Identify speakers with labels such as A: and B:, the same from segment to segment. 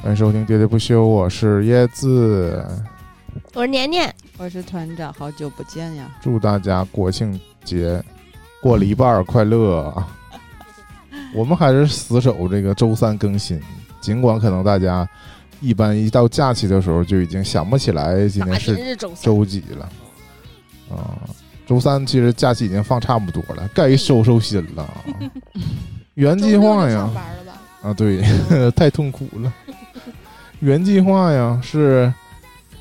A: 欢迎收听《喋喋不休》，我是椰子，
B: 我是年年，
C: 我是团长，好久不见呀！
A: 祝大家国庆节过了一半儿快乐 啊！我们还是死守这个周三更新，尽管可能大家一般一到假期的时候就已经想不起来今
B: 哪
A: 天是
B: 天是周三？
A: 周几了啊。周三其实假期已经放差不多了，该收收心了啊。原计划呀，
D: 班了吧？
A: 啊，对， 太痛苦了。原计划呀是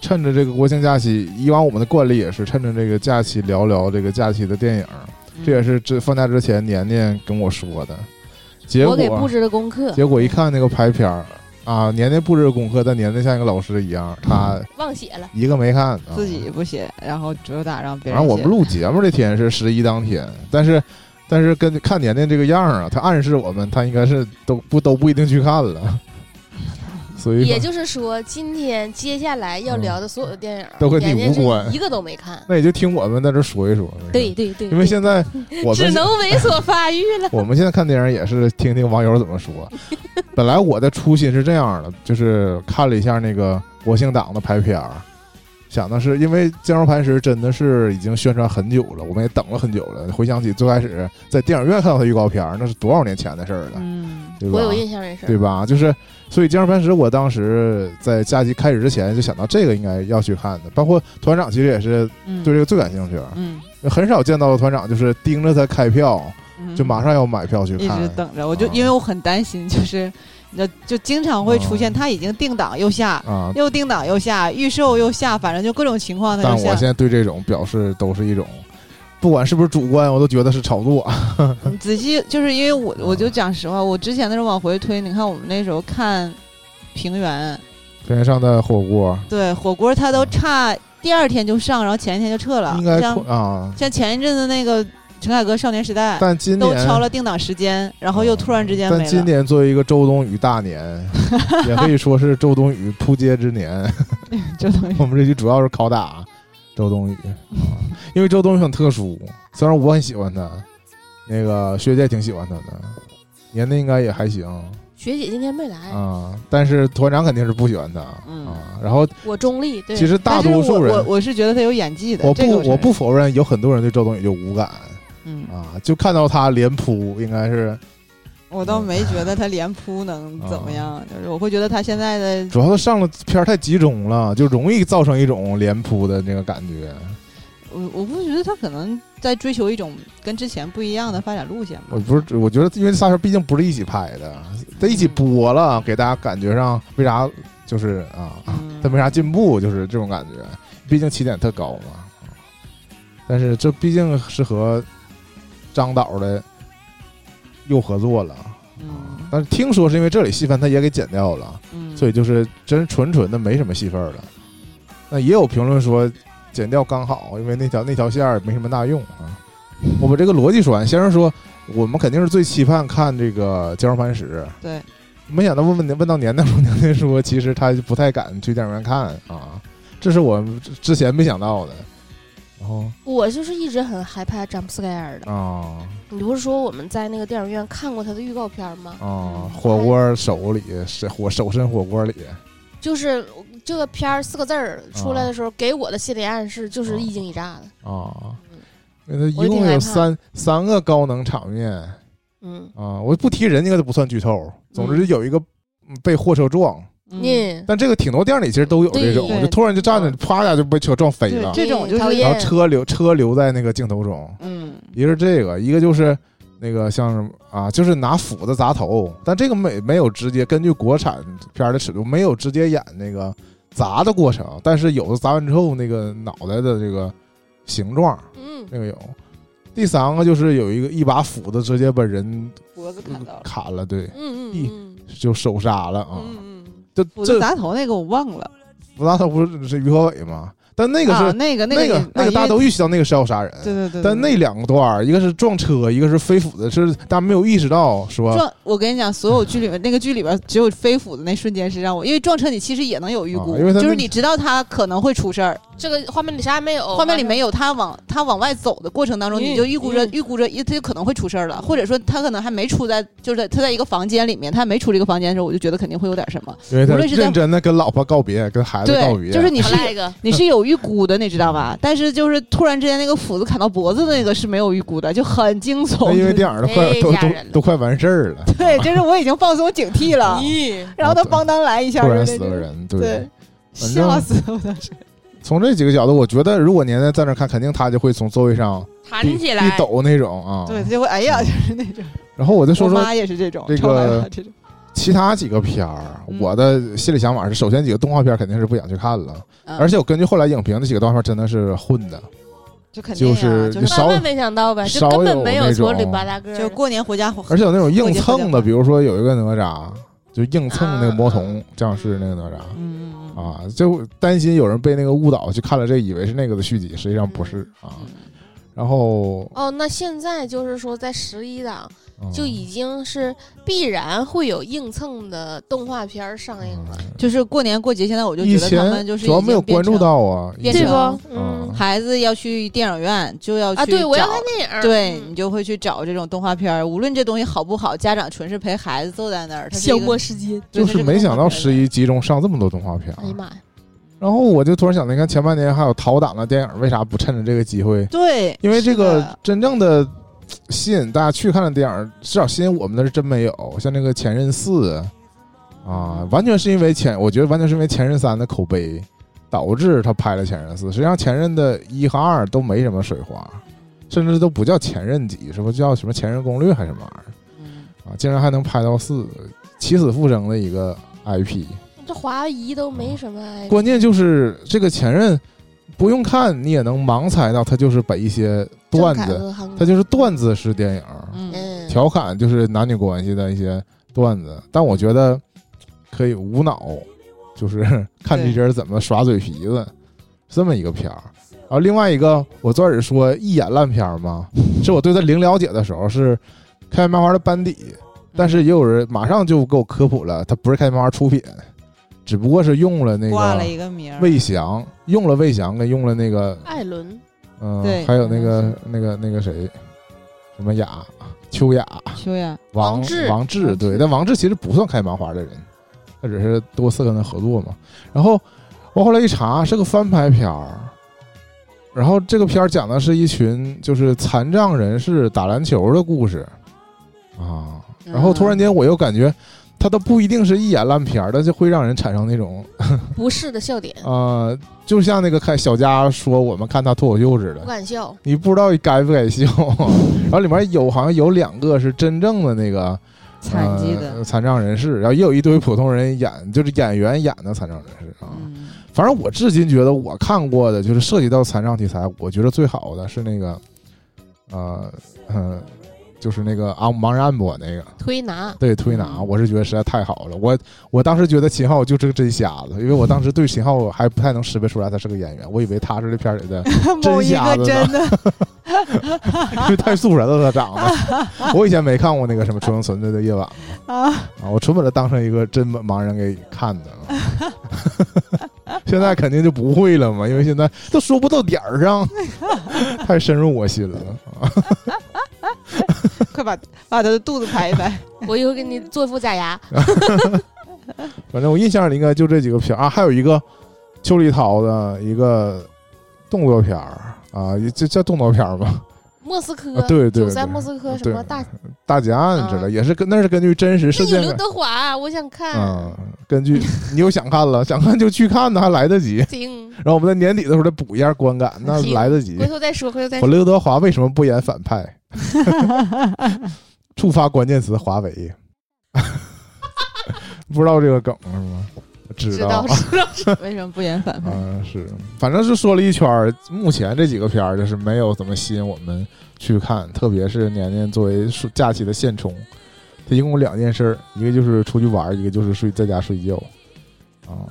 A: 趁着这个国庆假期，以往我们的惯例也是趁着这个假期聊聊这个假期的电影儿。
C: 嗯
A: 这也是这放假之前年年跟我说的，结
B: 我给布
A: 果
B: 置的功课
A: 结果一看那个排片儿啊，年年布置的功课，但年年像一个老师一样，他
B: 忘写了，
A: 一个没看，啊、
C: 嗯自己不写，然后主打让别
A: 反
C: 人
A: 正
C: 写。
A: 我们录节目这天是十一当天，但是但是跟看年年这个样儿啊，他暗示我们他应该是都不都不一定去看了， 所以
B: 也就是说，今天接下来要聊的所有的电影，
A: 都跟你
B: 年年是
A: 无关
B: 一个都没看。
A: 那也就听我们在这说一说。
B: 对，对对，
A: 因为现在我
B: 只
A: 们
B: 能猥琐发育 了。
A: 我们现在看电影也是听听网友怎么 说。本来我的初心是这样的，就是看了一下那个国庆档的排片儿，想的是因为《僵尸磐石》真的是已经宣传很久了，我们也等了很久了。回想起最开始在电影院看到的预告片儿，那是多少年前的事儿了，
C: 嗯，
A: 对吧？
B: 我有印象这事
A: 对
B: 儿，
A: 吧？就是，所以《僵尸磐石》，我当时在假期开始之前就想到这个应该要去看的，包括团长其实也是
C: 嗯
A: 对这个最感兴趣，
C: 嗯，
A: 很少见到团长就是盯着他开票，
C: 嗯
A: 就马上要买票去
C: 一
A: 看
C: 直。等着，我就
A: 啊
C: 因为我很担心，就是那就经常会出现
A: 啊
C: 他已经定档又下，
A: 啊，
C: 又定档又下，预售又下，反正就各种情况他
A: 但
C: 就
A: 我现
C: 下。
A: 在对这种表示都是一种，不管是不是主观，我都觉得是炒作。
C: 你仔细就是因为我
A: 啊
C: 我就讲实话，我之前的时候往回推，你看我们那时候看平原，
A: 天上的火锅
C: 对火锅它都差第二天就上，然后前一天就撤了，
A: 嗯应该
C: 像
A: 快啊，
C: 像前一阵子那个陈凯歌《少年时代》
A: 但今
C: 都
A: 年啊哦
C: 敲了定档时间，然后又突然之间
A: 但
C: 没
A: 今
C: 了。
A: 年作为一个周冬雨大 年，也可以说是周冬雨扑街之年。
C: 就等于
A: 我们这期主要是拷打周冬雨，啊因为周冬雨很特殊，虽然我很喜欢她，那个学姐也挺喜欢她的，年龄应该也还行
B: 学姐今天没来，
A: 啊，但是团长肯定是不喜欢她
C: 哎嗯
A: 啊。然后
B: 我中立。对，
A: 其实大多数
C: 但是我我
A: 人，
C: 我是觉得他有演技的。
A: 我
C: 这个
A: 不
C: 承
A: 我
C: 认
A: 不，否认有很多人对周冬雨就无感
C: 嗯，
A: 啊，就看到她连扑，应该是
C: 我倒没觉得他连扑能怎么样，就是我会觉得他现在的
A: 哦主要是上了片儿太集中了，就容易造成一种连扑的那个感觉。
C: 我我不觉得他可能在追求一种跟之前不一样的发展路线
A: 我
C: 吧。
A: 不是，我觉得因为仨片儿毕竟不是一起拍的，在一
C: 嗯
A: 起播了，给大家感觉上为啥就是啊，
C: 嗯
A: 他没啥进步，就是这种感觉。毕竟起点特高嘛，但是这毕竟是和张导的又合作了，
C: 嗯
A: 但是听说是因为这里戏份他也给剪掉了，
C: 嗯，
A: 所以就是真纯纯的没什么戏份了。那也有评论说剪掉刚好，因为那条那条线儿没什么大用啊。我把这个逻辑说完，先生说我们肯定是最期盼看这个《僵尸磐石》，
C: 对，
A: 没想到问问问到年代时候，年代说其实他不太敢去电影院看啊，这是我之前没想到的。然后
B: 我就是一直很害怕詹姆斯盖尔的。
A: 啊
B: 你不是说我们在那个电影院看过他的预告片吗？
C: 嗯
A: 啊，火锅手里是火手伸火锅里，
B: 就是这个片儿四个字
A: 啊
B: 儿出来的时候，给我的心理暗示就是一惊一乍的。
A: 啊
B: 嗯，
A: 那它
B: 我
A: 一
B: 也挺
A: 共
B: 害
A: 有
B: 怕
A: 三三个高能场面
B: 嗯，
A: 啊，我不提人应该都不算剧透。总之
C: 嗯
A: 就有一个嗯被货车撞，
C: 嗯
B: 你
A: 但这个挺多电影里其实都有这种，
B: 对
A: 就突然就站着，啪一下就被车撞飞
C: 对
A: 了，
C: 这种就是
B: 嗯讨
A: 然后
B: 厌
A: 车留车留在那个镜头中。
C: 嗯
A: 一个是这个，一个就是那个像什么啊，就是拿斧子砸头，但这个没没有直接根据国产片儿的尺度，没有直接演那个砸的过程，但是有的砸完之后那个脑袋的这个形状，
B: 嗯，
A: 那个有。第三个就是有一个一把斧子直接把人
C: 脖子砍到了，
A: 砍了，对，
B: 嗯
A: 地
B: 嗯
A: 就手杀了啊。
B: 嗯嗯，
A: 这
C: 斧
A: 这
C: 子砸头那个我忘了，
A: 不那他不是是于和伟吗？但那个
C: 啊
A: 是
C: 那个
A: 那
C: 个
A: 个那个大家都
C: 东
A: 预习到那个是要杀人，
C: 对对对，对
A: 但那两个段儿一个是撞车，一个是飞斧子，是大家没有意识到说
C: 撞，我跟你讲，所有剧里面那个剧里边，只有飞斧的那瞬间是让我，因为撞车你其实也能有预估，
A: 啊因为它那
C: 就是你知道他可能会出事儿，
B: 这个画面里啥也没有，
C: 画面里没有他往他往外走的过程当中，
B: 哦嗯
C: 你就预估着
B: 嗯
C: 预估着，他就可能会出事儿了，或者说他可能还没出在，就是在他在一个房间里面，他还没出这个房间的时候，我就觉得肯定会有点什么。
A: 因为他
C: 无论是在
A: 认真的跟老婆告别，跟孩子告别，
C: 对，就是你
B: 有
C: 是
B: 来一个
C: 你是有预估的，你知道吧？但是就是突然之间那个斧子砍到脖子那个是没有预估的，就很惊
A: 那
C: 悚。
A: 因为电影都快
B: 哎
A: 都
B: 吓
A: 都
B: 人了
A: 都快完事儿了，
C: 对，就是我已经放松警惕
B: 哦
C: 了，
B: 咦，
C: 然后他邦当来一下，
A: 突然
C: 就
A: 死个
C: 那种，
A: 人，
C: 对
A: 对。，反正
C: 吓死我当时。
A: 从这几个角度，我觉得如果年代在那儿看，肯定他就会从座位上
D: 弹
A: 一
D: 起来
A: 一，抖那种啊。
C: 对，。就会哎呀，就是那种。
A: 然后我再说
C: 我
A: 说
C: 妈也是这种，
A: 这
C: 超害怕
A: 个
C: 这种。
A: 其他几个片儿，
C: 嗯
A: 我的心里想法是，首先几个动画片肯定是不想去看了，
C: 嗯
A: 而且我根据后来影评，那几个动画片真的是混 的，
C: 就肯定
A: 就
C: 呀
A: 是
C: 就
A: 你
C: 是
A: 少
B: 万万没想到呗，就
A: 少
B: 根本
A: 有
B: 没
A: 那
B: 左里
A: 种
B: 吧嗒个，
D: 就是过年回家回
A: 而且有那种硬
D: 过
A: 蹭
D: 节过
A: 的，
D: 节
A: 比如说有一个哪吒，就硬蹭那个魔童降世那个哪吒
C: 嗯嗯嗯
A: 啊，就担心有人被那个误导去看了这，以为是那个的续集，实际上不是啊。
C: 嗯
A: 然后
B: 哦，那现在就是说，在十一档
A: 嗯
B: 就已经是必然会有硬蹭的动画片儿上映了，
A: 嗯
C: 就是过年过节，现在我就
A: 以
C: 觉得他们
A: 前
C: 就是
A: 主要
C: 已经
A: 没有
C: 变
A: 关注
C: 成
A: 到啊，
C: 变
A: 以
B: 对
A: 前
C: 成
B: 不？
A: 嗯
B: 嗯
C: 孩子要去电影院就要去
B: 啊，对，我要
C: 找
B: 看电影儿，
C: 对
B: 嗯
C: 你就会去找这种动画片儿，无论这东西好不好，家长纯是陪孩子坐在那儿，他是一个
D: 时间，
C: 对
A: 就
C: 它
A: 是
C: 个
A: 没
C: 动
A: 想
C: 画
A: 到
C: 片
A: 十一集中上这么多动画片儿啊
B: 哎，呀妈呀，
A: 然后我就突然想，你看前半年还有逃档的电影，为啥不趁着这个机会？
C: 对，
A: 因为这
C: 是
A: 个
C: 的
A: 真正的嘖吸引大家去看的电影，至少吸引我们的是真没有，像那个《前任四》啊，完全是因为前，我觉得完全是因为《前任三》的口碑导致他拍了《前任四》。实际上，《前任》的一和二都没什么水花，甚至都不叫《前任几》，什么叫什么《前任攻略》还是什么玩意
C: 嗯
A: 儿啊？竟然还能拍到四，起死复生的一个 IP。
B: 这华谊都没什么哎，
A: 关键就是这个前任，不用看你也能盲猜到，他就是把一些段子，他就是段子式电影儿，
C: 嗯，
B: 嗯，
A: 调侃就是男女关系的一些段子。但我觉得可以无脑，就是 看这些人怎么耍嘴皮子，这么一个片儿。然后另外一个，我昨儿说一眼烂片儿嘛，是我对他零了解的时候是开心麻花的班底，但是也有人马上就给我科普了，他不是开心麻花出品，只不过是用了那个
D: 挂了一个名
C: 嗯
D: 儿，
A: 魏翔用了魏翔，跟用了那个，
B: 艾伦，
A: 嗯、
C: 对
A: 还有那
C: 好像
A: 个那个那个谁，什么雅，秋雅，
C: 秋呀，
A: 王
B: 王志
A: 王
C: 王
A: 志，
C: 志
A: 对，但王志其实不算开漫画的人，他只是多次跟他合作嘛。然后我后来一查，是个翻拍片儿。然后这个片儿讲的是一群就是残障人士打篮球的故事，啊，然后突然间我又感觉，它都不一定是一眼烂片儿，但是会让人产生那种
B: 不是的笑点，
A: 呃，就像那个看小佳说我们看他脱口秀似
B: 不
A: 的，
B: 敢笑，
A: 你不知道该不该笑。 然后里面有好像有两个是真正的那个
C: 残疾
A: 呃
C: 的，
A: 残障人士，然后也有一堆普通人演，就是演员演的残障人士啊。
C: 嗯，
A: 反正我至今觉得我看过的，就是涉及到残障题材，我觉得最好的是那个，呃，呃，就是那个啊盲人按摩那个，
B: 推拿，
A: 对推拿，我是觉得实在太好了。我我当时觉得秦昊就是个真瞎子，因为我当时对秦昊还不太能识别出来他是个演员，我以为他是这片儿里的，
C: 某一
A: 瞎子
C: 个
A: 呢
C: 真的，
A: 因为太素人了他长得。我以前没看过那个什么《春风存在的夜晚》
C: 啊
A: 啊，我纯把他当成一个真盲人给看的啊。 现在肯定就不会了嘛，因为现在都说不到点儿上， 太深入我心了啊。
C: 快把把他的肚子拍一拍，
B: 我一会儿给你做一副假牙，
A: 反正我印象里应该就这几个片儿啊，还有一个邱礼涛的一个动作片儿啊，也这叫动作片儿吧，
B: 莫斯科
A: 啊，对对
B: 九三
A: 对
B: 莫斯科什
A: 对哎
B: 么大，
A: 《 大劫案》之类，也是跟那是根据真实
B: 那
A: 事
B: 有
A: 件
B: 刘
A: 改，
B: 德华，啊我想看
A: 嗯，，根据你又想看了，想看就去看呢，还来得及。
B: 行，
A: 然后我们在年底的时候再补一下观感，那
B: 行
A: 来得及
B: 回。头再说，回头再
A: 我
B: 说，
A: 刘德华为什么不演反派？触发关键词华为， 不知道这个梗是吗？知
B: 知道
A: 啊
B: 知道，
C: 为什么不演反派？
A: 嗯，是，反正是说了一圈儿，目前这几个片儿就是没有怎么吸引我们去看，特别是年年作为暑假期的现充，他一共有两件事儿，一个就是出去玩儿，一个就是睡在家睡觉，啊、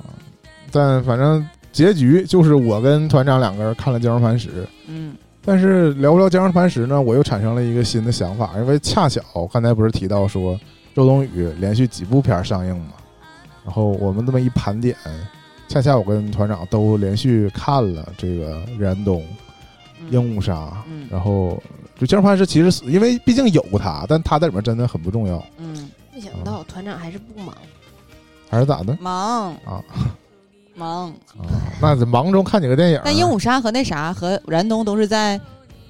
A: 但反正结局就是我跟团长两个人看了《僵尸磐石》，
C: 嗯
A: 但是聊不聊《僵尸磐石》呢，我又产生了一个新的想法，因为恰巧刚才不是提到说周冬雨连续几部片儿上映嘛，然后我们这么一盘点，恰恰我跟团长都连续看了这个燃冬、
C: 嗯
A: 鹦鹉杀，
C: 嗯
A: 然后就《僵尸潘石》其实是因为毕竟有他，但他在里面真的很不重要，
C: 嗯，
B: 没想
A: 啊
B: 到团长还是不忙，
A: 还是咋的
C: 忙
A: 啊？
C: 忙。
A: 啊， 那在忙中看几个电影儿，
C: 但鹦鹉杀和那啥和燃冬都是在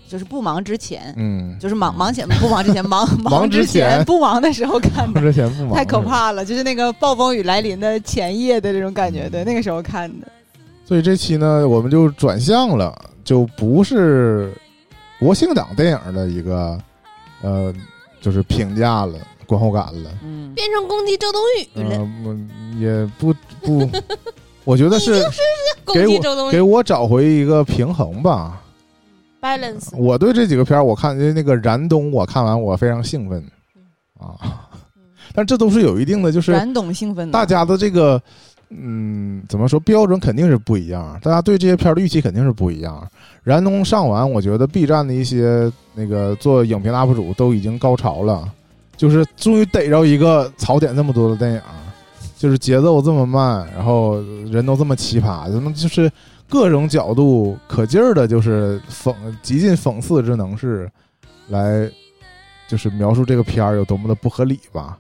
C: 就是不忙之前，
A: 嗯，
C: 就是忙忙前不忙之前，忙忙
A: 之前
C: 前不忙的时候看 的
A: 忙，之前不忙，
C: 太可。怕了。就是那个暴风雨来临的前夜的这种感觉，对，那个时候看的。
A: 所以这期呢，我们就转向了，就不是国庆档电影的一个呃，就是评价了、观后感了。
C: 嗯，
B: 变成攻击周冬雨了，
A: 嗯、我也不不，我觉得是
B: 攻
A: 给
B: 击
A: 我
B: 周冬
A: 给
B: 雨
A: 我找回一个平衡吧。
B: balance。
A: 我对这几个片儿，我看那个《燃冬》，我看完我非常兴奋啊，但这都是有一定的，就是
C: 燃冬兴奋呢
A: 大家的这个，嗯，怎么说标准肯定是不一样，啊大家对这些片儿的预期肯定是不一样。燃冬上完，我觉得 B 站的一些那个做影评的 UP 主都已经高潮了，就是终于逮着一个槽点这么多的电影，啊就是节奏这么慢，然后人都这么奇葩，怎么就是各种角度可劲儿的，就是讽极尽讽刺之能事来。就是描述这个片儿有多么的不合理吧，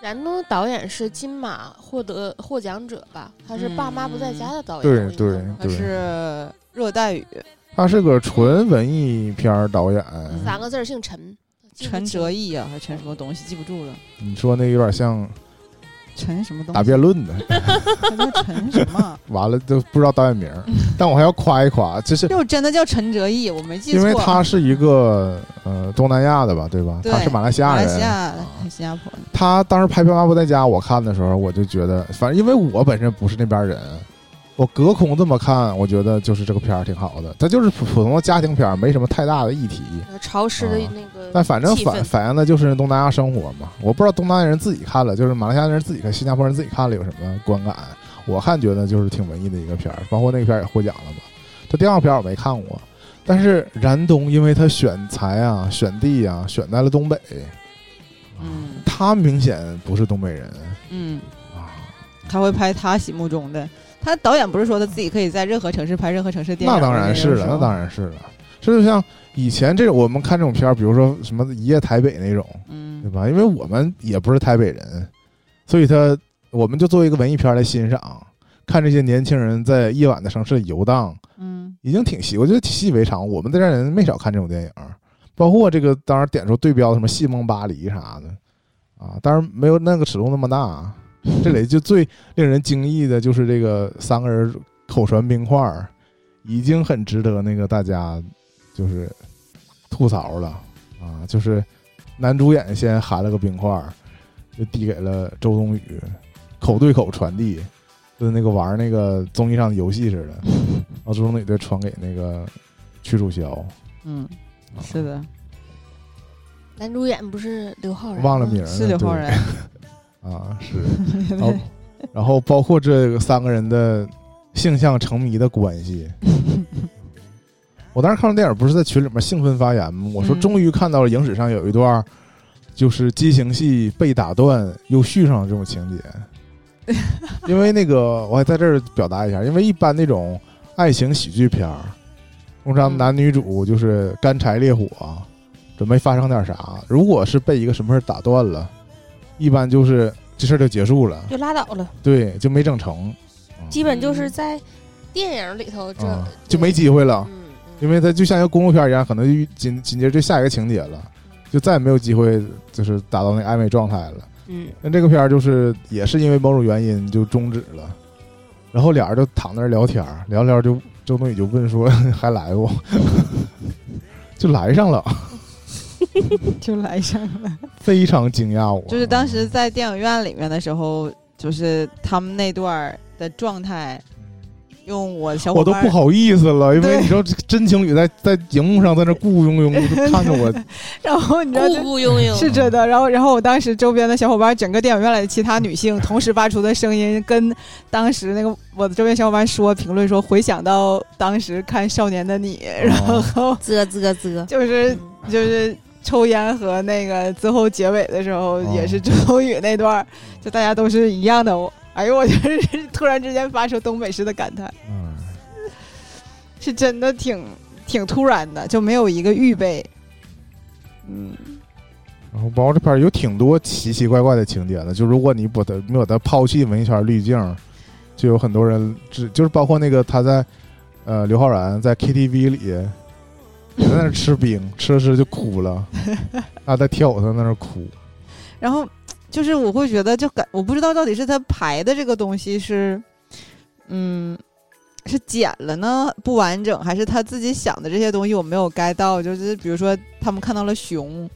B: 燃冬导演是金马获得获奖者吧？他是《爸妈不在家》的导演，
A: 对
B: 我印象
A: 嗯对
B: 中
C: 它是热带雨，
A: 他是个纯文艺片儿导演，
C: 嗯
B: 三个字儿姓陈，记不
C: 陈
B: 清
C: 哲艺啊，还是陈什么东西，记不住了。
A: 你说那有点像
C: 陈什么东
A: 打
C: 西？
A: 辩论的，
C: 他叫陈什么？
A: 完了都不知道导演名儿，
C: 嗯
A: 但我还要夸一夸，就是
C: 就真的叫陈哲艺，我没记
A: 因
C: 错。啊
A: 为他是一个呃东南亚的吧，对吧？
C: 对
A: 他是马来西亚
C: 马
A: 人，
C: 来西亚
A: 啊、
C: 新加坡的，
A: 他当时拍《漂妈不在家》，我看的时候我就觉得，反正因为我本身不是那边人，我隔空这么看，我觉得就是这个片儿挺好的，它就是普普通的家庭片儿，没什么太大的议题。
B: 呃潮湿的那个，
A: 啊但反正
B: 气
A: 反
B: 氛
A: 反映的就是东南亚生活嘛。我不知道东南亚人自己看了，就是马来西亚人自己看，新加坡人自己看了有什么观感。我看觉得就是挺文艺的一个片儿，包括那个片儿也获奖了嘛。这第二片儿我没看过，但是燃冬因为他选材啊、选地啊，选在了东北，
C: 嗯
A: 他明显不是东北人
C: 嗯，
A: 啊。
C: 他会拍他心目中的。他导演不是说他自己可以在任何城市拍任何城市电影？
A: 那
B: 啊
A: 当然是了，那当
C: 然。
A: 然是了。这就像以前这种我们看这种片儿，比如说什么《一夜台北》那种，对
C: 嗯
A: 吧？因为我们也不是台北人，所以他我们就作为一个文艺片儿来欣赏，看这些年轻人在夜晚的城市里游荡，
C: 嗯
A: 已经挺习，我觉得挺习以为常。我们这代人没少看这种电影儿，包括这个，当然点出对标什么《戏梦巴黎》啥的啊，当然没有那个尺度那么大啊。这里就最令人惊异的就是这个三个人口传冰块儿，已经很值得那个大家就是吐槽了啊，就是男主演先含了个冰块儿，就递给了周冬雨，口对口传递，跟那个玩儿那个综艺上的游戏似的。然后周冬雨队传给那个屈楚萧，
C: 嗯，
A: 啊
C: 是，的，
B: 男主演不是刘昊然吗，
A: 忘了名儿了，
C: 是刘昊然。
A: 对啊，是，然后 然后包括这个三个人的性向成迷的关系。我当时看完电影，不是在群里面兴奋发言吗？我说
C: 嗯
A: 终于看到了影史上有一段，就是激情戏被打断又续上的这种情节。因为那个，我还在这儿表达一下，因为一般那种爱情喜剧片儿，通常
B: 嗯
A: 男女主就是干柴烈火，准备发生点啥。如果是被一个什么事儿打断了，一般就是这事儿就结束了，
B: 就拉倒了，
A: 对，就没整成，
B: 基本就是在电影里头这
A: 嗯啊、就没机会了，
B: 嗯，嗯
A: 因为它就像一个公路片一样，可能就紧紧接着就下一个情节了，就再也没有机会就是达到那个暧昧状态了。
B: 嗯，
A: 那这个片儿就是也是因为某种原因就终止了，然后俩人就躺那儿聊天儿，聊着聊着就周冬雨就问说 还来不？就来上了，
C: 就来上了。
A: 非常惊讶我。
C: 就是当时在电影院里面的时候，就是他们那段儿的状态，用我小
A: 我
C: 伙
A: 都
C: 伴儿
A: 不好意思了，因为
C: 对
A: 你知道这真情侣在在荧幕上在那咕拥 拥地看着我，
C: 然后你知道
B: 咕
C: 就。
B: 咕拥拥，
C: 是真的，然后，然后我当时周边的小伙伴，整个电影院里的其他女性同时发出的声音，跟当时那个我的周边小伙伴说评论说，回想到当时看《少年的你》，然后
B: 啧啧啧，
C: 就是就是抽烟和那个最后结尾的时候，
A: 哦
C: 也是周冬雨那段儿，就大家都是一样的，哎呦，我就是突然之间发出东北式的感叹，
A: 嗯，
C: 是真的挺挺突然的，就没有一个预备。嗯，
A: 然后包括这片儿有挺多奇奇怪怪的情节的，就如果你把它没有它抛弃文艺圈滤镜，就有很多人，只就是包括那个他在呃刘昊然在 KTV 里也在那儿吃冰，吃着吃着就哭了，他在跳舞他在那儿哭，
C: 然后就是我会觉得，就感我不知道到底是他排的这个东西是，嗯，是剪了呢不完整，还是他自己想的这些东西我没有 get 到，就是比如说他们看到了熊，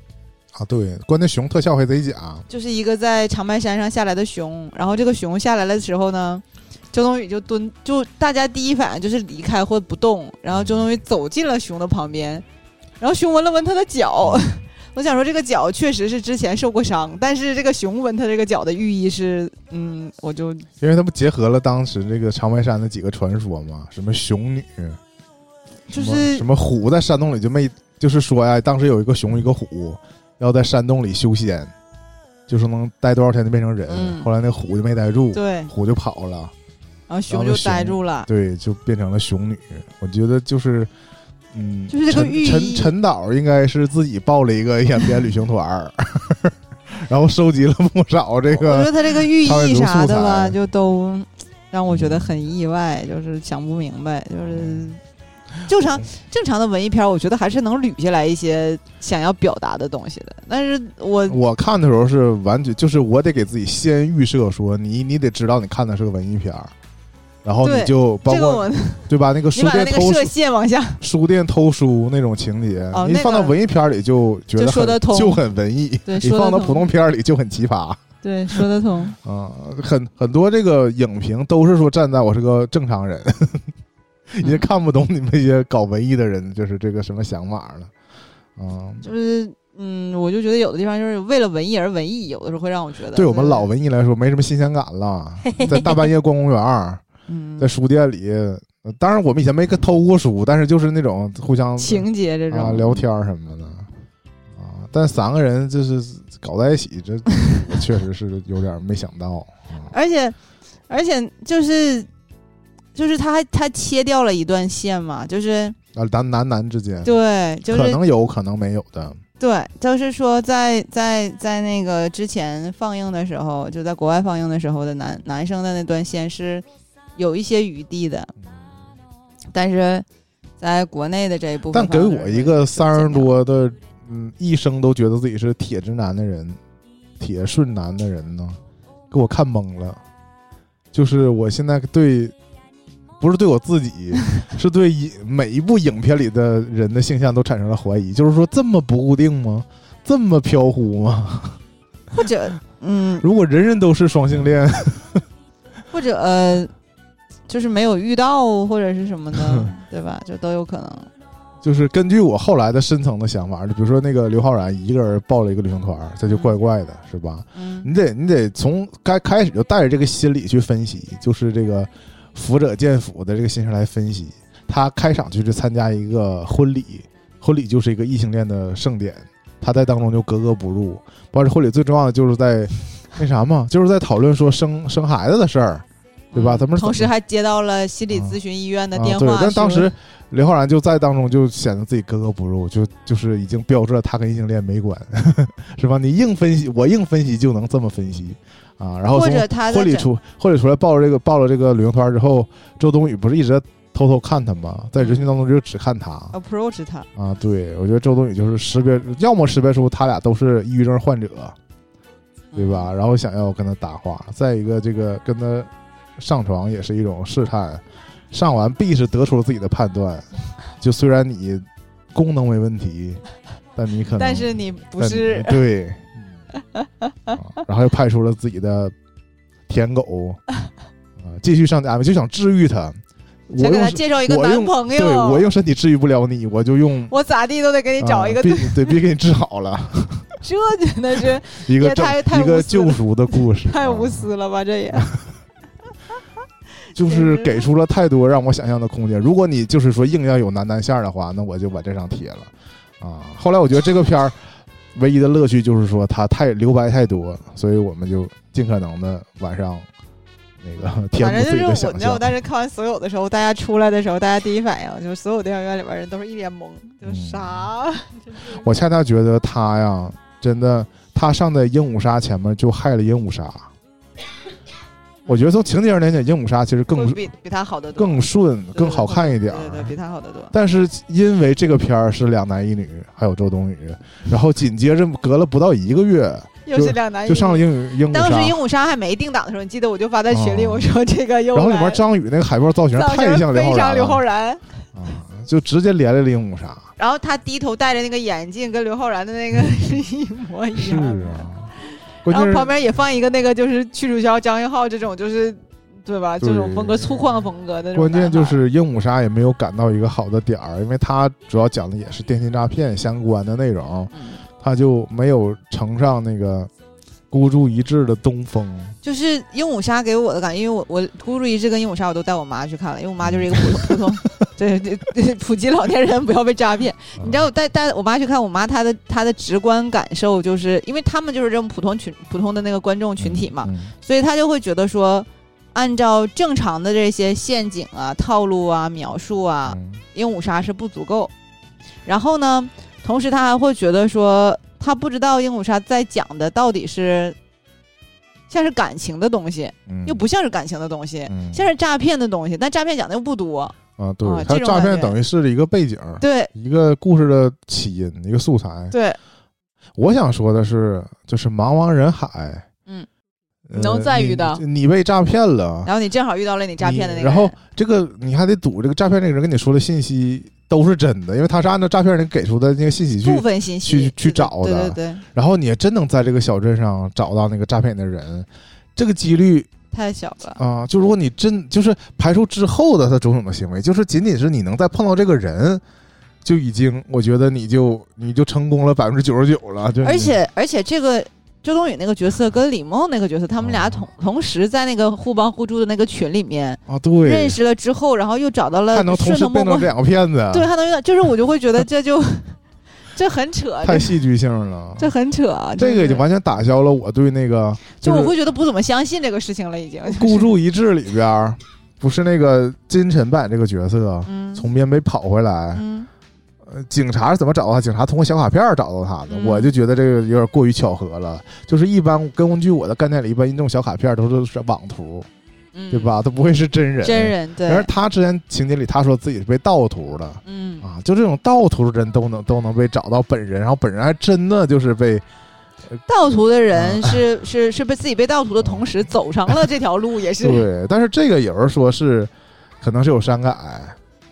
A: 啊，对，关键熊特效还贼假，
C: 就是一个在长白山上下来的熊，然后这个熊下来的时候呢，周冬雨就蹲，就大家第一反应就是离开或不动，然后周冬雨走进了熊的旁边，然后熊闻了闻他的脚， 我想说这个脚确实是之前受过伤，但是这个熊闻他这个脚的寓意是，嗯，我就
A: 因为他们结合了当时这个长白山的几个传说嘛，什么熊女，
C: 就
A: 什么
C: 是
A: 什么虎在山洞里就没，就是说呀、当时有一个熊一个虎要在山洞里修仙，就是能待多少天就变成人。
C: 嗯
A: 后来那虎就没待住，
C: 对，
A: 虎就跑了，
C: 然后熊就呆住了，
A: 对，就变成了熊女。我觉得就是，嗯，
C: 就是这个寓
A: 陈
C: 意
A: 陈陈导应该是自己报了一个演编旅行团儿， 然后收集了不少 这
C: 我觉
A: 个
C: 得他这个寓
A: 超越
C: 意
A: 族
C: 啥
A: 素
C: 的吧，
A: 材
C: 就都让我觉得很意外，就是想不明白，就是
A: 嗯
C: 正常正常的文艺片儿，我觉得还是能捋下来一些想要表达的东西的。但是我
A: 我看的时候是完全就是我得给自己先预设说你你得知道你看的是个文艺片儿，然后你
C: 对
A: 就包
C: 这个
A: 括
C: 我，
A: 对吧？那个书
C: 你把它
A: 店
C: 那个
A: 偷
C: 射
A: 书
C: 线 往下，
A: 书店偷书那种情节，
C: 哦
A: 你
C: 那个
A: 放到文艺片里就觉得
C: 就说
A: 很
C: 得通
A: 就很文艺，
C: 对
A: 你
C: 说得
A: 放到
C: 通
A: 普通片里就很奇葩
C: 对，说得通。
A: 啊。很很多这个影评都是说站在我是个正常人， 也
C: 嗯
A: 看不懂你们这些搞文艺的人就是这个什么想法了。嗯，
C: 就是嗯，我就觉得有的地方就是为了文艺而文艺，有的时候会让我觉得，
A: 对我们老，文艺来说没什么新鲜感 了，在大半夜逛公园儿，
C: 嗯
A: 在，书店里，呃当然我们以前没跟偷过书，但是就是那种互相
C: 情节这
A: 啊，
C: 种
A: 聊天儿什么的啊。但三个人就是搞在一起，这我确实是有点没想到。
C: 而且而且就是就是他还他切掉了一段线嘛，就是
A: 啊，男男男之间，
C: 对，就
A: 可
C: 是
A: 能有可能没有的，
C: 对，就是说在在在那个之前放映的时候，就在国外放映的时候的男男生的那段线是有一些余地的，
A: 嗯
C: 但是在国内的这一部分
A: 但
C: 放
A: 给
C: 的时候就，
A: 我一个
C: 就
A: 三十
C: 剪掉
A: 多
C: 了，
A: 的，嗯，一生都觉得自己是铁直男的人，铁顺男的人呢，给我看懵了。就是我现在对，不是对我自 己，是对一每一部影片里的人的形象都产生了怀疑。就是说，这么不固定吗？这么飘忽吗？
C: 或者嗯，
A: 如果人人都是双性恋，
C: 或者呃，就是没有遇到或者是什 么的，对吧？就都有可能。
A: 就是根据我后来的深层的想法，就比如说那个刘昊然一个人报了一个旅行团儿，这就怪怪的，是吧？
C: 嗯，
A: 你得你得从该开始就带着这个心理去分析，就是这个福者见福的这个心情来分析。他开场就是参加一个婚礼，婚礼就是一个异性恋的盛典，他在当中就格格不入。包括这婚礼最重要的就是在那啥嘛，就是在讨论说生生孩子的事儿，对吧？咱们
C: 嗯同时还接到了心理
A: 啊
C: 咨询医院的
A: 啊，
C: 电话
A: 对，，但当
C: 说
A: 时刘昊然就在当中就显得自己格格不入，就就是已经标志了他跟异性恋没关， 是吧？你硬分析，我硬分析就能这么分析啊。然后
C: 或
A: 从
C: 者他在
A: 婚礼
C: 整
A: 出婚礼出来报了这个报了这个旅行团之后，周冬雨不是一直在偷偷看他吗？在人群当中就只看他
C: 嗯 approach 他，
A: 啊。对，我觉得周冬雨就是识别，要么识别出他俩都是抑郁症患者，对吧？
C: 嗯
A: 然后想要跟他搭话，再一个这个跟他上床也是一种试探，上完必是得出了自己的判断，就虽然你功能没问题，但你可能
C: 但是你不
A: 但
C: 是
A: 嗯对、 啊然后又派出了自己的舔狗啊，继续上家就想治愈他，我
C: 想给
A: 用
C: 他介绍一个
A: 我
C: 男
A: 用
C: 朋友，
A: 对我用身体治愈不了你，我就用。
C: 我咋地都得给你找一个
A: 啊， 必对，必给你治好了，
C: 这真的是
A: 一个
C: 也
A: 正
C: 太太
A: 一个
C: 无私
A: 救
C: 了
A: 赎的故事，
C: 太无
A: 啊
C: 私了吧？这也
A: 就是
C: 简直
A: 给出了太多让我想象的空间。如果你就是说硬要有男男线儿的话，那我就把这张贴了啊。后来我觉得这个片儿唯一的乐趣就是说它太留白太多，所以我们就尽可能的晚上那个填
C: 反
A: 补
C: 正就
A: 自己的
C: 是我，
A: 想
C: 你知道
A: 象
C: 我。当时看完所有的时候，大家出来的时候，大家第一反应就是所有电影院里边人都是一脸懵，就
A: 嗯
C: 是啥？
A: 我恰恰觉得他呀，真的，他上在鹦鹉杀前面就害了鹦鹉杀。我觉得从情节上来讲，鹦鹉杀其实
C: 会
A: 更
C: 比比他好得多，
A: 更顺、
C: 对
A: 更好看一点儿。
C: 对对对，比他好得多。
A: 但是因为这个片儿是两男一女，还有周冬雨，然后紧接着隔了不到一个月
C: 又是两男一
A: 就
C: 女。
A: 上了鹦鹉鹦鹉
C: 哎当时鹦
A: 杀，
C: 鹉杀还没定档的时候，你记得我就发在群里，
A: 哦
C: 我说这个又
A: 然后里
C: 来
A: 面张宇那个海报造型
C: 早
A: 太像
C: 就
A: 刘
C: 非
A: 昊
C: 常
A: 然
C: 刘昊
A: 了，
C: 然，
A: 啊，就直接连累了鹦鹉杀。
C: 然后他低头戴着那个眼镜，跟刘昊然的那个 是一模一
A: 是
C: 样。
A: 啊，关键
C: 然后
A: 是
C: 旁边也放一个那个就是屈楚萧、张艺浩这种，就是对吧？
A: 对
C: 这种风格粗犷风格的这种
A: 关键就
C: 男孩
A: 是鹦鹉杀也没有赶到一个好的点儿，因为它主要讲的也是电信诈骗相关的内容，
C: 嗯
A: 它就没有乘上那个孤注一掷的东风。
C: 就是鹦鹉杀给我的感觉，因为我我孤注一掷跟鹦鹉杀我都带我妈去看了，因为我妈就是一个 普普通，对对对， 普及老年人不要被诈骗。你知道我带带我妈去看，我妈她的她的直观感受就是，因为他们就是这种普通群普通的那个观众群体嘛，
A: 嗯？
C: 所以她就会觉得说，按照正常的这些陷阱啊、套路啊、描述啊，
A: 嗯
C: 鹦鹉杀是不足够。然后呢，同时他还会觉得说，他不知道鹦鹉杀在讲的到底是像是感情的东西，
A: 嗯，
C: 又不像是感情的东西，
A: 嗯
C: 像是诈骗的东西，但诈骗讲的又不多。
A: 啊，对
C: 啊，
A: 它
C: 这种
A: 诈骗
C: 感觉
A: 等于是一个背景，
C: 对
A: 一个故事的起因，一个素材。
C: 对，
A: 我想说的是，就是茫茫人海，
C: 嗯
A: 呃，
C: 能再遇
A: 你
C: 到
A: 你被诈骗了，
C: 然后你正好遇到了你诈骗的那
A: 你
C: 个
A: 然
C: 人，
A: 后这个你还得赌这个诈骗这个人跟你说的信息都是真的，因为他是按照诈骗人给出的那个信息去
C: 部，分信息
A: 去
C: 对
A: 去找
C: 对
A: 的
C: 对对，对
A: 然后你也真能在这个小镇上找到那个诈骗的人，这个几率
C: 太小了。
A: 啊、就如果你真就是排除之后的他种种的行为，就是仅仅是你能再碰到这个人。就已经，我觉得你就你就成功了百分之九十九了，就
C: 而
A: 你
C: 且而且这个周冬雨那个角色跟李梦那个角色，他们
A: 哦
C: 俩同同时在那个互帮互助的那个群里面
A: 啊，对，
C: 认识了之后，然后又找到了
A: 还能同
C: 顺
A: 时
C: 藤摸
A: 变成
C: 瓜
A: 两个骗子，
C: 对，还能遇到，就是我就会觉得这 就这很扯，
A: 太
C: 这
A: 戏剧性了。
C: 这很扯，
A: 这个已
C: 就
A: 经完全打消了我对那 个
C: 就
A: 就是
C: 我会觉得不怎么相信这个事情了，已经。
A: 《 孤注一掷》里边儿，不是那个金晨扮演这个角色
C: 嗯
A: 从缅北跑回来，
C: 嗯，
A: 呃警察是怎么找到他？警察通过小卡片儿找到他的。
C: 嗯
A: 我就觉得这个有点过于巧合了。就是一般根据我的概念里，一般这种小卡片儿都是网图，
C: 嗯
A: 对？吧？他不会是真人。
C: 真。人对
A: 然，而他之前情节里他说自己是被盗图的
C: 嗯，
A: 啊，就这种盗图的人都能都能被找到本人，然后本人还真的就是被
C: 盗图的人
A: 啊
C: 是是是被自己被盗图的同时走上了这条路，也是
A: 对，但是这个有人说是，可能是有删改，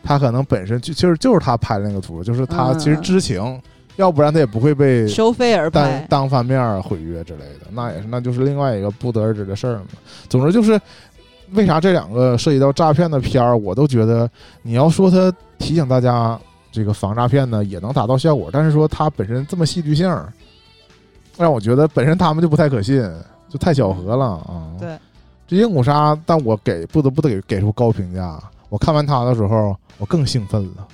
A: 他可能本身就就是就是他拍的那个图，就是他
C: 嗯
A: 其实知情，要不然他也不会被
C: 收费而
A: 单
C: 拍。
A: 单方面儿毁约之类的，那也是那就是另外一个不得而知的事儿嘛。总之就是，为啥这两个涉及到诈骗的片儿，我都觉得你要说他提醒大家这个防诈骗呢，也能达到效果，但是说它本身这么戏剧性儿，让我觉得本身他们就不太可信，就太巧合了啊。
C: 对，
A: 这鹦鹉杀，但我给不得不得给出高评价。我看完它的时候，我更兴奋了，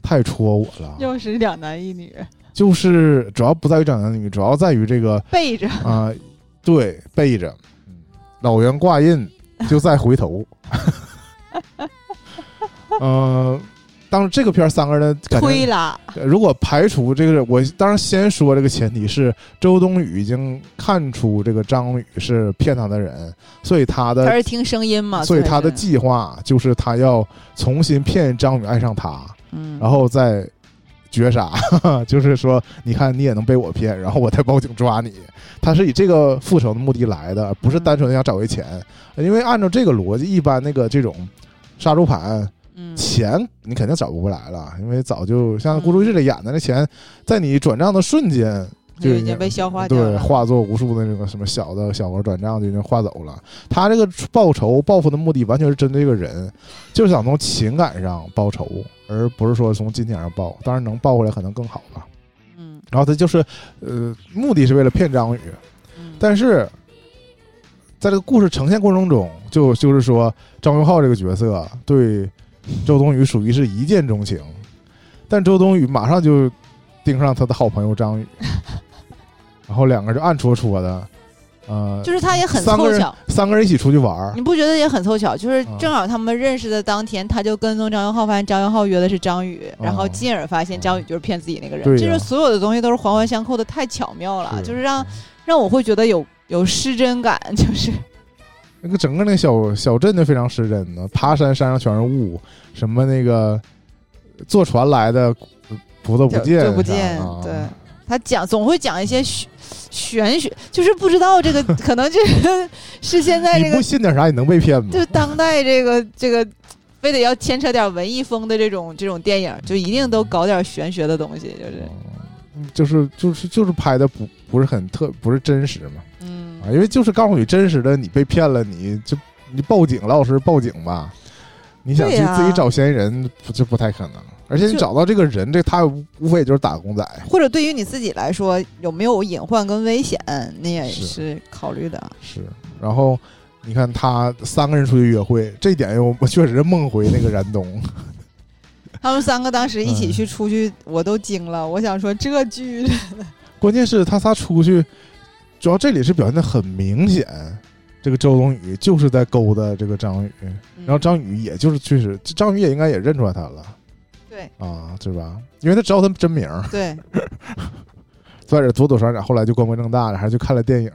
A: 太戳我了。
C: 又是两男一女
A: 就是主要不在于长男女，主要在于这 个
C: 背着，
A: 啊、对，背着，嗯老袁挂 印就在回头。嗯、当时这个片儿三个人的感觉
C: 推拉，
A: 呃如果排除这个，我当然先说这个前提是周冬雨已经看出这个张宇是骗她的人，所以她
C: 他
A: 的
C: 是听声音嘛，
A: 呃所以她的
C: 是
A: 计划就是她要重新骗张宇爱上她，
C: 嗯，
A: 然后再绝杀， 就是说你看你也能被我骗，然后我再报警抓你。她是以这个复仇的目的来的，不是单纯的想找回钱，因为按照这个逻辑，一般那个这种杀猪盘
C: 嗯
A: 钱你肯定找不回来了，因为早就像孤注一掷里演的那钱，在你转账的瞬间就
C: 就已经被消化掉
A: 对
C: 了。
A: 化作无数的那个什么小的小额转账就已经化走了。他这个报仇报复的目的完全是针对这个人，就是想从情感上报仇，而不是说从金钱上报。当然能报回来可能更好吧。
C: 嗯，
A: 然后他就是呃，目的是为了骗张宇，
C: 嗯
A: 但是在这个故事呈现过程中，就就是说张云浩这个角色对周冬雨属于是一见钟情，但周冬雨马上就盯上他的好朋友张宇，然后两个人就暗戳戳的呃，
C: 就是嗯他也很
A: 三个
C: 凑
A: 人
C: 巧，
A: 三个人一起出去玩儿
C: 你，不觉得也很凑巧？就是
A: 嗯
C: 正好他们认识的当天，他就跟踪张元浩，发现张元浩约的是张宇，然后
A: 嗯
C: 进而发现张宇就是骗自己那个人。
A: 对呀
C: 就是所有的东西都是环环相扣的，太巧妙了，就是让
A: 嗯
C: 让我会觉得有有失真感，就是
A: 那个整个那个小小镇就非常失真呢，爬山山上全是雾，什么那个坐船来的呃葡萄
C: 就
A: 不见
C: 就
A: 啥的，
C: 不见。
A: 啊
C: 对，他讲总会讲一些玄玄学，就是不知道这个可能这个是现在这
A: 你
C: 个
A: 不信点啥，你能被骗吗？
C: 就当代这个这个，非得要牵扯点文艺风的这种这种电影，就一定都搞点玄学的东西，就是
A: 嗯就是就是就是拍的不不是很特不是真实嘛
C: 嗯
A: 啊，因为就是告诉你真实的，你被骗了，你就你报警，老老实实报警吧。你想
C: 对
A: 去
C: 呀
A: 自己找嫌疑人，不这不太可能。而且你
C: 就
A: 找到这个人，这他无无非也就是打工仔。
C: 或者对于你自己来说有没有隐患跟危险，你也
A: 是
C: 是考虑的。
A: 是，然后你看他三个人出去约会，这一点我我确实梦回那个燃冬，
C: 他们三个当时一起
A: 嗯
C: 去出去，我都惊了。我想说这剧
A: 关键是他仨出去，主要这里是表现的很明显，这个周冬雨就是在勾搭这个张宇， 然
C: 嗯
A: 后张宇也就是确实，张宇也应该也认出来他了
C: 嗯对
A: 啊，是吧？因为他知道他真名，
C: 对，
A: 在这躲躲闪闪，后来就光明正大了，还去看了电影，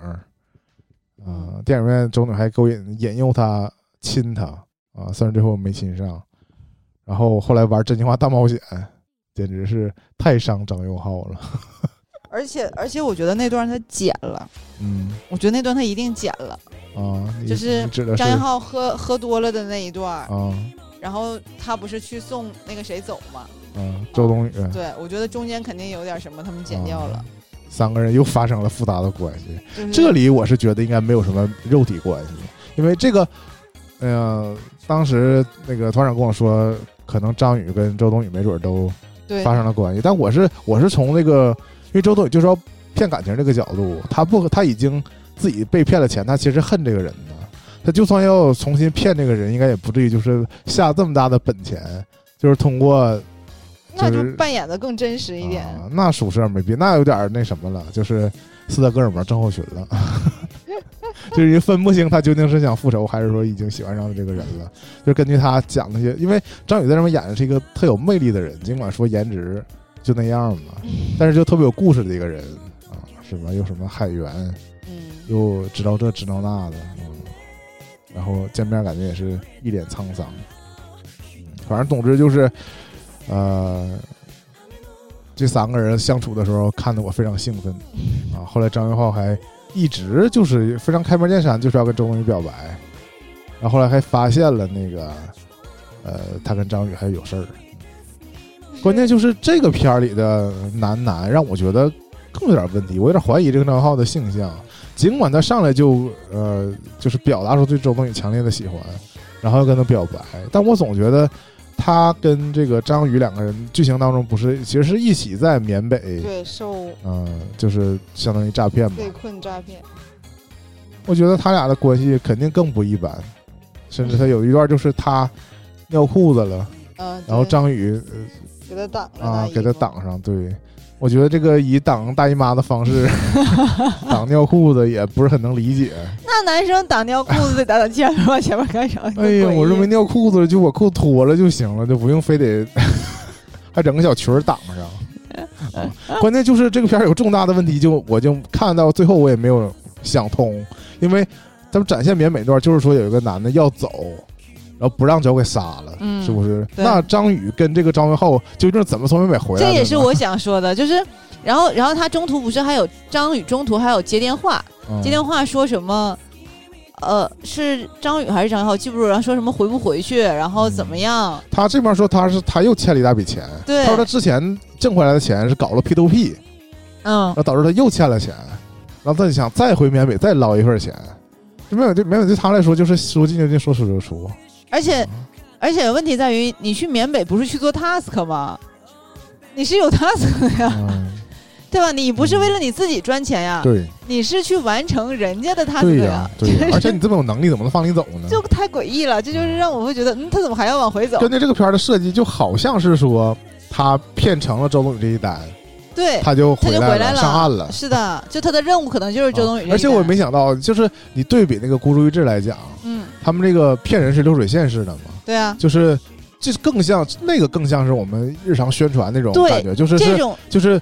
A: 啊，电影院周董还勾引引诱他亲他啊，虽然最后没亲上，然后后来玩真心话大冒险，简直是太伤张佑浩了，
C: 而且而且我觉得那段他剪了，
A: 嗯
C: 我觉得那段他一定剪了。
A: 啊，你
C: 就是
A: 你指的是
C: 张元浩喝喝多了的那一段，
A: 啊
C: 然后他不是去送那个谁走吗？
A: 啊，周冬雨
C: 对，我觉得中间肯定有点什么，他们剪掉了
A: 啊。三个人又发生了复杂的关系，
C: 就是
A: 嗯这里我是觉得应该没有什么肉体关系，因为这个，呃，当时那个团长跟我说，可能张宇跟周冬雨没准都
C: 对
A: 发生了关系，但我是我是从那个，因为周冬雨就是要骗感情这个角度，他不他已经自己被骗了钱，他其实恨这个人的，他就算要重新骗这个人，应该也不至于就是下这么大的本钱，就是通过
C: 那
A: 就
C: 就是扮演的更真实一点。
A: 啊，那属实没必，那有点儿那什么了，就是斯德哥尔摩症候群了， 就是分不清他究竟是想复仇，还是说已经喜欢上这个人了。就是根据他讲那些，因为张宇在上面演的是一个特有魅力的人，尽管说颜值就那样嘛，但是就特别有故事的一个人啊，是吧？又什么海源，
C: 嗯，
A: 又知道这知道那的，嗯，然后见面感觉也是一脸沧桑。嗯反正总之就是，呃，这三个人相处的时候看得我非常兴奋啊。后来张元浩还一直就是非常开门见山，就是要跟周冬雨表白，然后后来还发现了那个，呃，他跟张宇还有事儿。关键就是这个片儿里的男男让我觉得更有点问题，我有点怀疑这个张元浩的性向。尽管他上来就呃，就是表达出对周冬雨强烈的喜欢，然后要跟他表白，但我总觉得他跟这个张宇两个人剧情当中不是，其实是一起在缅北，
C: 对，受
A: 嗯、就是相当于诈骗嘛。
C: 被困诈骗。
A: 我觉得他俩的关系肯定更不一般，甚至他有一段就是他尿裤子了，
C: 嗯，
A: 然后
C: 对
A: 张宇
C: 给他挡了
A: 啊
C: 那，
A: 给
C: 一
A: 他
C: 幕
A: 挡上。对，我觉得这个以挡大姨妈的方 式挡尿裤子也不是很能理解。
C: 那男生挡尿裤子得挡到前面，往前面干啥？
A: 哎呀，
C: 更诡异
A: 我认为尿裤子就把裤脱了就行了，就不用非得还整个小裙儿挡上。 啊关键就是这个片儿有重大的问题，就我就看到最后我也没有想通，因为他们展现缅北段就是说有一个男的要走，然后不让脚给杀了，
C: 嗯
A: 是不是？
C: 对
A: 那张宇跟这个张元浩究竟怎么从缅北回来的
C: 这
A: 呢？
C: 也是我想说的，就是，然后，然后他中途不是还有张宇，中途还有接电话，
A: 嗯
C: 接电话说什么？呃，是张宇还是张浩？记不住，然后说什么回不回去，然后怎么样？
A: 他这边说他是他又欠了一大笔钱，
C: 对
A: 嗯他说他之前挣回来的钱是搞了 P to P，
C: 嗯
A: 然，后导致他又欠了钱，然后他就想再回缅北再捞一份钱。这缅北对缅北对他来说就是说进就进，说出就出。
C: 而且，而且问题在于，你去缅北不是去做 task 吗？你是有 task 的呀，
A: 嗯，
C: 对吧？你不是为了你自己赚钱呀，
A: 对
C: 你是去完成人家的 task
A: 对
C: 的
A: 呀，对 呀。而且你这么有能力，怎么能放你走呢？
C: 就太诡异了，这就是让我会觉得，嗯，他怎么还要往回走？
A: 根据这个片儿的设计，就好像是说他骗成了周冬雨这一单，
C: 对，
A: 他就
C: 他
A: 回
C: 就
A: 来
C: 回来了，
A: 上岸了。
C: 是的，就他的任务可能就是周冬雨这一
A: 啊
C: 代、
A: 而且我没想到，就是你对比那个孤注一掷来讲，
C: 嗯，
A: 他们这个骗人是流水线式的嘛，
C: 对啊，
A: 就是这更像那个更像是我们日常宣传那种
C: 对
A: 感觉，就是
C: 这
A: 是
C: 种
A: 就是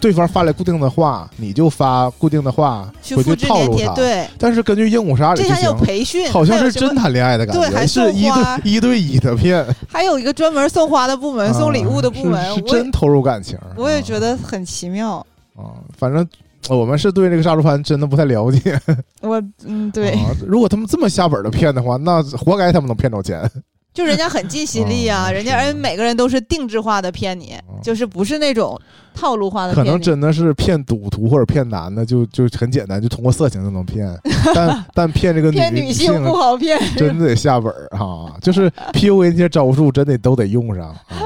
A: 对方发来固定的话，你就发固定的话
C: 去
A: 回
C: 复
A: 去
C: 制
A: 套
C: 粘
A: 路
C: 贴
A: 他，。
C: 对，
A: 但是根据鹦鹉杀里
C: 这
A: 剧
C: 还有
A: 情，
C: 培训，
A: 好像
C: 还有
A: 是
C: 什么
A: 真谈恋爱的感
C: 对
A: 觉，
C: 还
A: 是
C: 送
A: 一
C: 花
A: 对一对一的骗，
C: 还有一个专门送花的部门，
A: 啊
C: 送礼物的部门，
A: 是是
C: 我也
A: 真投入感情。
C: 我也
A: 啊
C: 觉得很奇妙。
A: 啊，反正呃我们是对这个杀猪盘真的不太了解。
C: 我嗯，对，
A: 啊，如果他们这么下本的骗的话，那活该他们能骗着钱。
C: 就人家很尽心力啊，
A: 哦
C: 人家
A: 是
C: 人每个人都是定制化的骗你
A: 哦，
C: 就是不是那种套路化的
A: 可
C: 骗你。
A: 能真的是骗赌徒或者骗男的，就就很简单，就通过色情就能 骗。但但骗这个
C: 骗
A: 女
C: 性不好骗，
A: 真的得下本儿啊，就是 PUA 那些招数真的都得用上。哎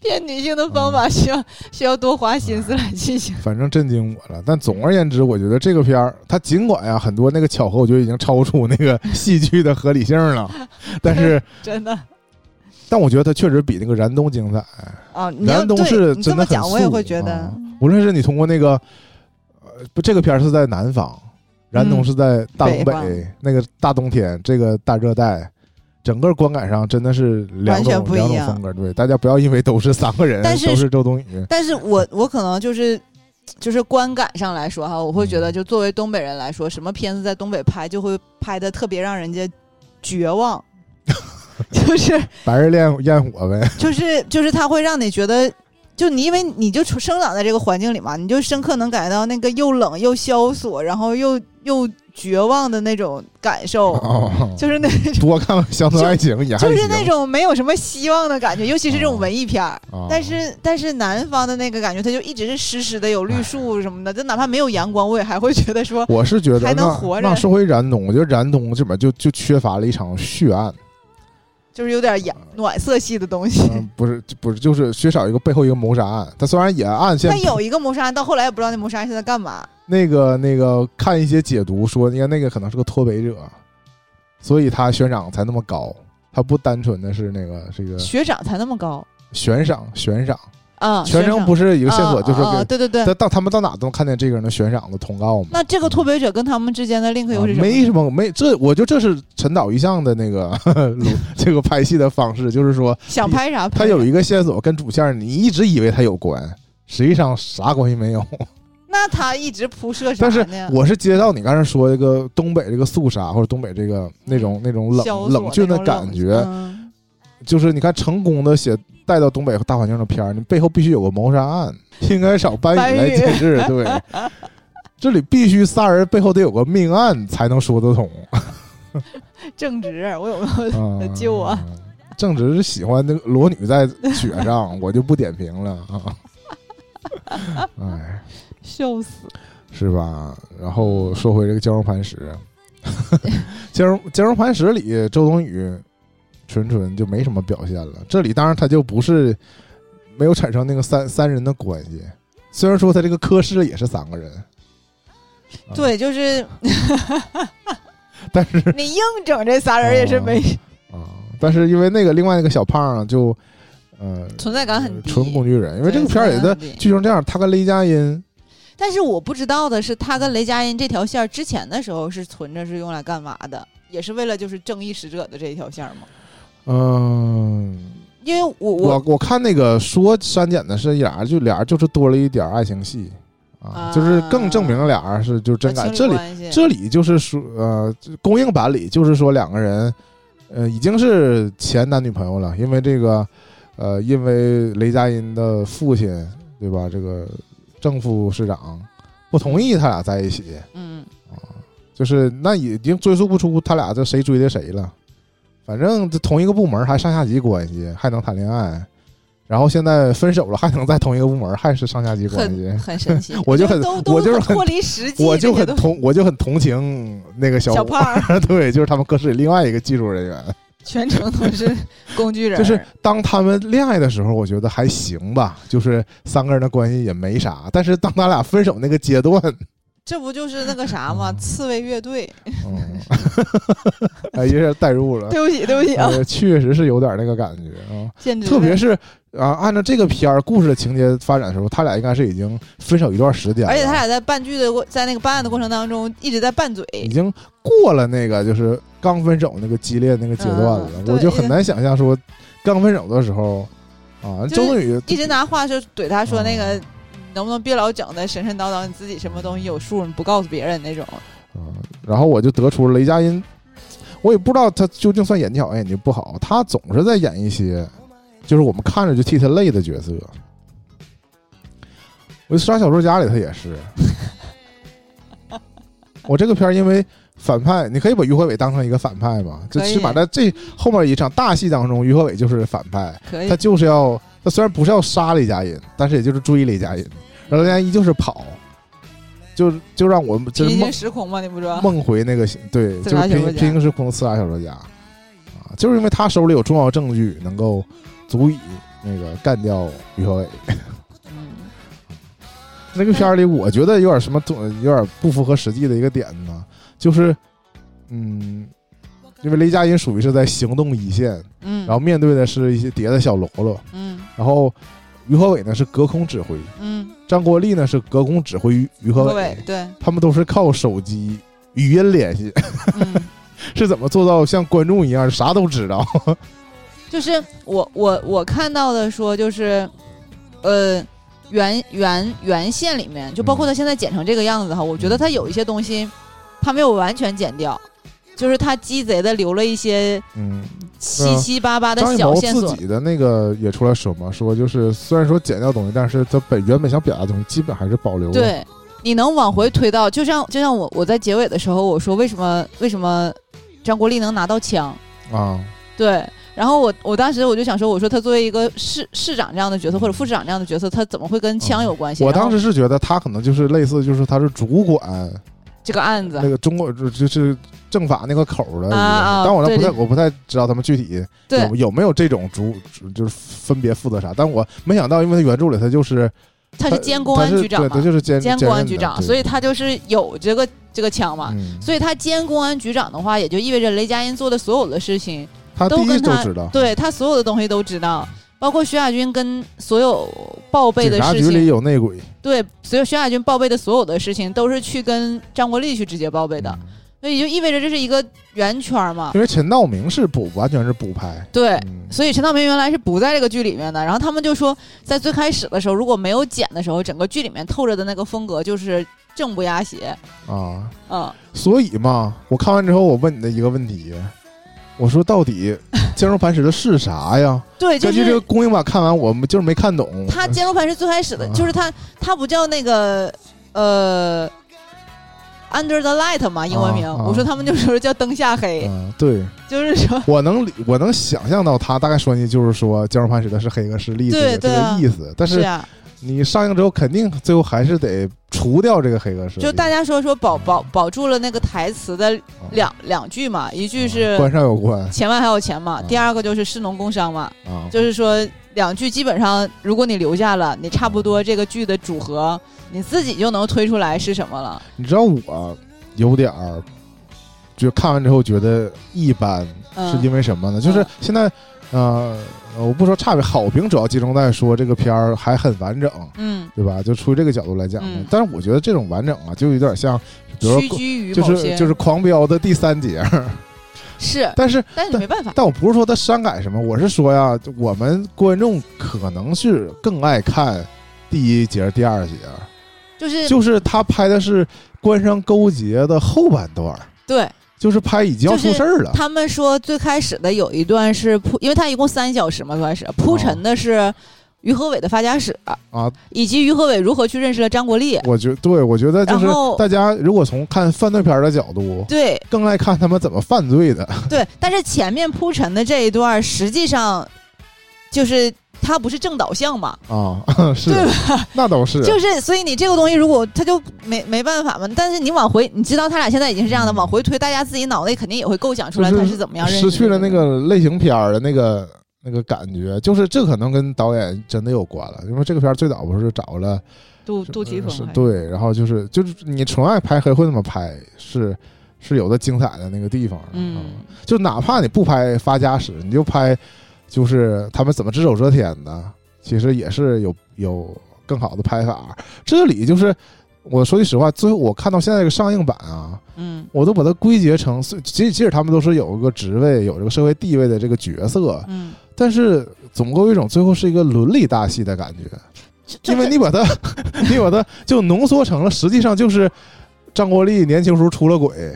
C: 骗女性的
A: 啊
C: 方法需要需要多花心思来进行。
A: 反正震惊我了。但总而言之，我觉得这个片儿，它尽管呀、很多那个巧合，我觉得已经超出那个戏剧的合理性了，但是
C: 真的
A: 但我觉得它确实比那个燃冬精彩。
C: 啊，你要
A: 燃冬
C: 对
A: 是
C: 你这
A: 真的
C: 么
A: 很
C: 讲，我也
A: 素
C: 会觉得
A: 啊，无论是你通过那个，呃，不，这个片儿是在南方，燃冬
C: 嗯
A: 是在大东
C: 北
A: 北，
C: 方
A: 那个大冬天，这个大热带，整个观感上真的是两
C: 完
A: 种
C: 全不一
A: 两
C: 样
A: 种风格。对，大家不要因为都是三个人，
C: 但是
A: 都是周冬雨，
C: 但是我我可能就是就是观感上来说哈，我
A: 嗯
C: 会觉得就作为东北人来说，什么片子在东北拍就会拍的特别让人家绝望， 就是
A: 白日焰焰火呗。
C: 就是就是它会让你觉得。就你，因为你就出生长在这个环境里嘛，你就深刻能感觉到那个又冷又萧索，然后又又绝望的那种感受，
A: 哦，
C: 就是那种
A: 多看看乡村爱情也还
C: 就
A: 行。
C: 是那种没有什么希望的感觉，尤其是这种文艺片儿。
A: 啊
C: 但是但是南方的那个感觉，它就一直是湿湿的，有绿
A: 哎
C: 树什么的，就哪怕没有阳光，我也还会觉得说，
A: 我是觉得
C: 还能
A: 那
C: 活着
A: 那说回燃冬，我觉得燃冬这边就就缺乏了一场血案，
C: 就是有点阳暖色系的东西。
A: 嗯，不是不是，就是缺少一个背后一个谋杀案。他虽然也暗线
C: 但有一个谋杀案，到后来也不知道那谋杀案是在干嘛。
A: 那个那个看一些解读说，你看那个可能是个脱北者，所以他悬赏才那么高，他不单纯的是那个这个
C: 学长才那么高
A: 悬赏悬赏，
C: 啊，
A: 全程不
C: 是
A: 是一
C: 一
A: 个线索，就是
C: 啊，
A: 给
C: 对对对
A: 他。到他们到哪都能看见这个人的悬赏的通告嘛。
C: 那这个脱北者跟他们之间的 link
A: 啊
C: 又是什么？
A: 没什么，没这，我就这是陈导一向的那个 鲁这个拍戏的方式，就是说
C: 想拍啥拍啥。
A: 他有一个线索跟主线，你一直以为他有关，实际上啥关系没有。
C: 那他一直铺设啥
A: 但是
C: 呢？
A: 我是接到你刚才说这个东北这个肃杀，或者东北这个那种那种
C: 嗯萧
A: 冷
C: 索
A: 冷峻
C: 那
A: 的
C: 种
A: 感
C: 冷
A: 觉，
C: 嗯
A: 就是你看成功的写带到东北大环境的片儿，你背后必须有个谋杀案，应该找班
C: 班
A: 宇来
C: 宇
A: 解释。对， 这里必须仨人背后得有个命案才能说得 通。
C: 正直，我有没有？
A: 啊
C: 救我！
A: 正直是喜欢那个裸女在雪上，我就不点评了啊。哎，
C: 笑死！
A: 是吧？然后说回这个《坚如磐石》， 《坚如坚如磐石》里周冬雨纯纯就没什么表现了。这里当然他就不是没有产生那个三三人的关系，虽然说他这个科室也是三个人，啊
C: 对，就是
A: 但是
C: 你硬整这仨人也是没嗯
A: 啊，但是因为那个另外那个小胖啊就呃
C: 存在感很低。
A: 纯工具人，因为
C: 对
A: 这个片儿也在
C: 存在感很低
A: 剧情这样，他跟雷佳音
C: 但是我不知道的是，他跟雷佳音这条线儿之前的时候是存着是用来干嘛的？也是为了就是正义使者的这一条线儿吗？
A: 嗯。
C: 因为我
A: 我
C: 我
A: 我看那个说删减的是俩，就俩就就是多了一点儿爱情戏啊，
C: 啊
A: 就是更证明俩人是就真
C: 情
A: 感。
C: 侣
A: 这里
C: 关系
A: 这里就是说呃，公映版里就是说两个人，呃，已经是前男女朋友了，因为这个呃，因为雷佳音的父亲对吧，这个正副市长不同意他俩在一起，
C: 嗯，
A: 就是那已经追溯不出他俩这谁追的谁了，反正这同一个部门还上下级关系，还能谈恋爱，然后现在分手了还能在同一个部门，还是上下级关系
C: 很。很神奇
A: 。我就很
C: 都都
A: 我就是很
C: 脱离实际，
A: 我就很
C: 这些都
A: 同我就很同情那个小 伙
C: 小胖儿
A: 对，就是他们科室里另外一个技术人员，
C: 全程都是 工具人，
A: 就是当他们恋爱的时候，我觉得还行吧，就是三个人的关系也没啥，但是当 他俩分手那个阶段，
C: 这不就是那个啥吗？
A: 嗯
C: 刺猬乐队
A: 嗯，哎，一下代入了。
C: 对不起，对不起啊，
A: 呃，确实是有点那个感觉啊，
C: 简直
A: 特别是啊，按照这个片儿故事的情节发展的时候，他俩应该是已经分手一段时间了，
C: 而且他俩在办剧的过，在那个办案的过程当中一直在拌嘴，
A: 已经过了那个就是刚分手那个激烈那个阶段了，
C: 嗯对
A: 我就很难想象说刚分手的时候啊，
C: 就是
A: 周冬雨
C: 一直拿话就怼他说那个。
A: 嗯
C: 你能不能别老整的神神叨叨，你自己什么东西有数，你不告诉别人那种。
A: 嗯，然后我就得出雷佳音，我也不知道他究竟算演技好还是演技不好，他总是在演一些就是我们看着就替他累的角色。我就刷小说家里他也 是，我这个片儿因为反派，你可以把于和伟当成一个反派嘛，就
C: 可以
A: 起码在这后面一场大戏当中，于和伟就是反派，
C: 可以
A: 他，就是要他虽然不是要杀雷佳音，但是也就是追雷佳音，然后雷佳音就是跑，就就让我们真
C: 平
A: 梦
C: 行时空嘛，你不说？
A: 梦回那个对，就
C: 自
A: 是
C: 杀小
A: 平
C: 说家
A: 平行时空的刺杀小说家啊，就是因为他手里有重要证据，能够足以那个干掉于和伟。
C: 嗯，
A: 那个片儿里，我觉得有点什么，有点不符合实际的一个点呢，就是嗯，因为雷佳音属于是在行动一线，
C: 嗯，
A: 然后面对的是一些别的小喽啰，
C: 嗯
A: 然后于和伟呢是隔空指挥，
C: 嗯，
A: 张国立呢是隔空指挥于于和
C: 各
A: 伟
C: 位，对，
A: 他们都是靠手机语音联系。
C: 嗯。
A: 是怎么做到像观众一样啥都知道？
C: 就是我我我看到的说就是，呃，原原原线里面，就包
A: 嗯
C: 括他现在剪成这个样子哈，我觉得他有一些东西，他没有完全剪掉，就是他鸡贼的留了一些
A: 嗯，
C: 七七八八的
A: 张艺
C: 小
A: 谋
C: 线索
A: 自。己的那个也出来说嘛，说就是虽然说剪掉东西，但是他本原本想表达的东西基本还是保留的。
C: 对，你能往回推到，就像就像我我在结尾的时候我说为什么为什么张国立能拿到枪，
A: 啊，
C: 对，然后我我当时我就想说，我说他作为一个市市长这样的角色或者副市长这样的角色，他怎么会跟枪有关系？
A: 嗯我
C: 然后
A: 当时是觉得他可能就是类似，就是他是主管
C: 这个案子
A: 那，个中国就就是政法那个口儿的一个，
C: 啊啊
A: 但我呢
C: 对
A: 不太
C: 对
A: 我不太知道他们具体
C: 对，
A: 有有没有这种主主就是分别负责啥，但我没想到，因为他原著里他就是
C: 他是兼公安局长
A: 对，他
C: 嘛，
A: 就是兼
C: 兼公安局长，所
A: 以
C: 以他就是有这个这个枪嘛。
A: 嗯，
C: 所以他兼公安局长的话，也就意味着雷佳音做的所有的事情，
A: 他第
C: 都
A: 一
C: 跟
A: 都
C: 他
A: 知道。
C: 对他所有的东西都知道，包括徐亚军跟所有报备
A: 警
C: 的
A: 察
C: 事
A: 局里
C: 情，
A: 有内鬼
C: 对，所有徐亚军报备的所有的事情都是去跟张国立去直接报备的，
A: 嗯
C: 所以就意味着这是一个圆圈嘛。
A: 因为陈道明是补，完全是补拍。
C: 对，
A: 嗯
C: 所以陈道明原来是不在这个剧里面的，然后他们就说，在最开始的时候，如果没有剪的时候，整个剧里面透着的那个风格就是正不压邪，
A: 啊，
C: 嗯，
A: 所以嘛，我看完之后，我问你的一个问题，我说到底 坚如磐石的是啥呀？
C: 对，就
A: 根据这个
C: 是
A: 公映版看完，我们就是没看懂。
C: 他坚如磐石最开始的，
A: 啊
C: 就是他他不叫那个呃，Under the Light 嘛，英文名，
A: 啊啊
C: 我说他们就说叫灯下黑，
A: 嗯，对，
C: 就是说
A: 我能理我能想象到他大概说的就是说坚如磐石的是黑恶势力这个
C: 对对啊
A: 这个意思，但
C: 是
A: 是
C: 啊，
A: 你上映之后肯定最后还是得除掉这个黑恶势力。
C: 就大家说说保保保住了那个台词的
A: 啊
C: 两两句嘛，一句
A: 啊
C: 是
A: 官上有官
C: 钱外还有钱嘛，
A: 啊
C: 第二个就是士农工商嘛，
A: 啊，
C: 就是说两句基本上，如果你留下了，你差不多这个剧的组合，你自己就能推出来是什么了。
A: 你知道我有点儿，就看完之后觉得一般，
C: 嗯
A: 是因为什么呢？就是现在，呃，我不说差别，好评主要集中在说这个片儿还很完整，
C: 嗯，
A: 对吧？就出于这个角度来讲呢，
C: 嗯
A: 但是我觉得这种完整啊，就有点像，比如
C: 屈
A: 说。
C: 居于
A: 就
C: 某
A: 是
C: 些，
A: 就是《狂飙》的第三 节，
C: 是
A: 但是
C: 但是你没办法，
A: 但我不是说它删改什么，我是说呀，我们观众可能是更爱看第一节、第二节，
C: 就是
A: 就是他拍的是官商勾结的后半段儿，
C: 对
A: 就是拍已经要出事儿了。
C: 他们说最开始的有一段是铺，因为它一共三小时嘛，最开始铺陈的是于和伟的发家史
A: 啊，
C: 以及于和伟如何去认识了张国立。
A: 我觉对，我觉得就是
C: 然后
A: 大家如果从看犯罪片儿的角度，
C: 对
A: 更爱看他们怎么犯罪的。
C: 对，但是前面铺陈的这一段，实际上就是它不是正导向嘛，
A: 啊， 是
C: 对，
A: 那倒是，
C: 就是，所以你这个东西，如果他就没没办法嘛。但是你往回，你知道他俩现在已经是这样的，
A: 嗯
C: 往回推，大家自己脑袋肯定也会构想出来
A: 就是
C: 他是怎么样认识
A: 失去了那
C: 的。
A: 个类型片儿的那个那个感觉，就是这可能跟导演真的有关了，因为这个片儿最早不是找了
C: 杜杜琪
A: 是
C: 峰还是，
A: 对，然后就是就是你纯爱拍黑会那么拍是。是有它精彩的那个地方啊的。
E: 嗯，
A: 就哪怕你不拍发家史，你就拍就是他们怎么只手遮天的，其实也是有有更好的拍法。这里就是我说句实话，最后我看到现在这个上映版啊，
E: 嗯
A: 我都把它归结成，虽即使即使他们都是有一个职位、有这个社会地位的这个角色，
E: 嗯，
A: 但是总给我一种最后是一个伦理大戏的感觉。
E: 这
A: 因为你把它，你把它 就浓缩成了，实际上就是张国立年轻时候出了轨，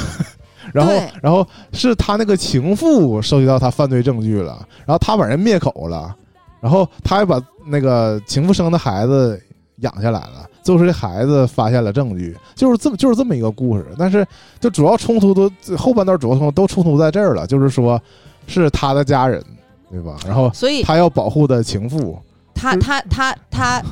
A: 然后
E: 对
A: 然后是他那个情妇收集到他犯罪证据了，然后他把人灭口了，然后他还把那个情妇生的孩子养下来了，最后是这孩子发现了证据，就是这么就是这么一个故事，但是就主要冲突都后半段主要冲突都冲突在这儿了，就是说是他的家人对吧？然后
C: 所以
A: 他要保护的情妇。
C: 他他他他，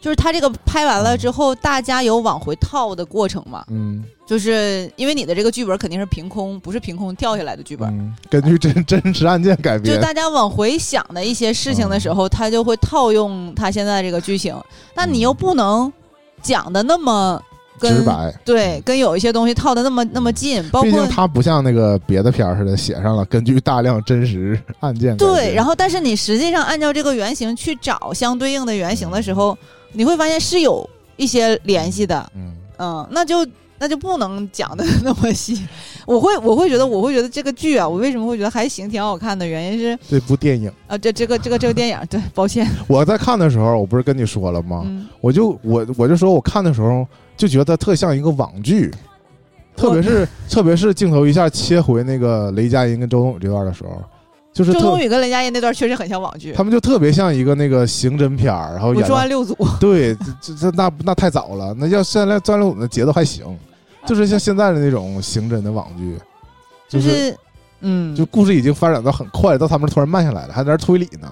C: 就是他这个拍完了之后，大家有往回套的过程吗？
A: 嗯，
C: 就是因为你的这个剧本肯定是凭空，不是凭空掉下来的剧本。
A: 嗯、根据真 真实案件改
C: 就
A: 编，
C: 大家往回想的一些事情
A: 嗯
C: 的时候，他就会套用他现在这个剧情，但你又不能讲的那么跟
A: 嗯直白。
C: 对，跟有一些东西套的那么那么近，包
A: 毕竟
C: 括
A: 它不像那个别的片儿似的，写上了根据大量真实 案件改编。
C: 对，然后但是你实际上按照这个原型去找相对应的原型的时候，你会发现是有一些联系的，
A: 嗯，
C: 嗯，那就那就不能讲的那么细。我会我会觉得我会觉得这个剧啊，我为什么会觉得还行，挺好看的原因是
A: 这部电影
C: 啊，这这个这个这个电影，对，抱歉，
A: 我在看的时候，我不是跟你说了吗？
C: 嗯，
A: 我就我我就说我看的时候就觉得特像一个网剧，特别是特别是镜头一下切回那个雷佳音跟周冬雨这段的时候，就是
C: 周冬
A: 特
C: 雨跟雷佳音那段确实很像网剧，
A: 他们就特别像一个那个刑侦片儿，然后
C: 我
A: 演
C: 专
A: 了
C: 案六组，
A: 对，这这那那太早了，那要现在专六的节奏还行，
C: 啊
A: 就是像现在的那种刑侦的网剧，就
C: 就
A: 是
C: 是嗯，
A: 就故事已经发展到很快，到他们突然慢下来了，还在那儿推理呢。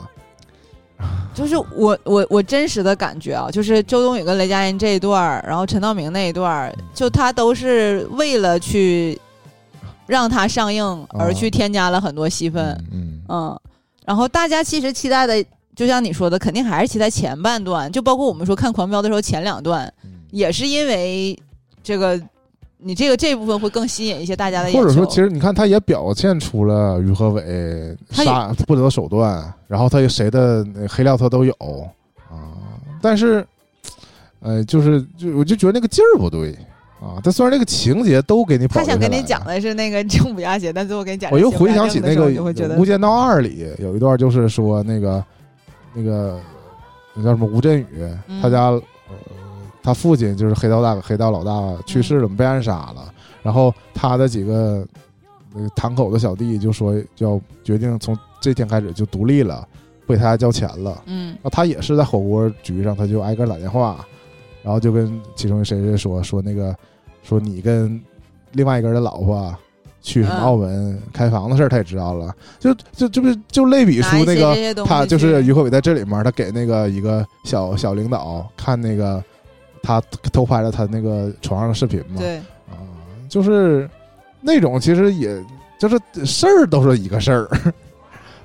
C: 就是我我我真实的感觉啊，就是周冬雨跟雷佳音这一段儿，然后陈道明那一段儿，就他都是为了去让它上映而去添加了很多戏份，
A: 啊嗯
C: 嗯，然后大家其实期待的，就像你说的，肯定还是期待前半段，就包括我们说看《狂飙》的时候前两段，
A: 嗯，
C: 也是因为这个你这个这部分会更吸引一些大家的眼
A: 嗯
C: 球，
A: 或者说，其实你看，他也表现出了于和伟
C: 他也
A: 杀不择手段，然后他有谁的那黑料他都有啊、但是，呃，就是就我就觉得那个劲儿不对啊。但虽然那个情节都给你保
C: 他
A: 留下
C: 想
A: 来
C: 跟你
A: 了
C: 讲的是那个正不压邪，但最后给你讲，
A: 我又回想起那个
C: 就会觉
A: 《
C: 得
A: 无间道二》里有一段，就是说那个那个那叫什么吴镇宇，
C: 嗯
A: 他家、呃、他父亲就是黑道大黑道老大去世了，
C: 嗯
A: 被暗杀了，然后他的几个那个堂口的小弟就说要决定从这天开始就独立了，不给他家交钱了。
C: 嗯
A: 那他也是在火锅局上，他就挨个打电话，然后就跟其中谁谁说说那个说你跟另外一个人的老婆去什么
C: 嗯
A: 澳门开房的事儿，他也知道了，就就就不就类比
C: 拿
A: 出
C: 一
A: 那
C: 些
A: 个
C: 这些东西
A: 他就
C: 去
A: 是于和伟在这里面，他给那个一个小小领导看那个他偷拍了他那个床上的视频嘛，
C: 对。
A: 啊，就是那种其实也就是事儿都是一个事儿，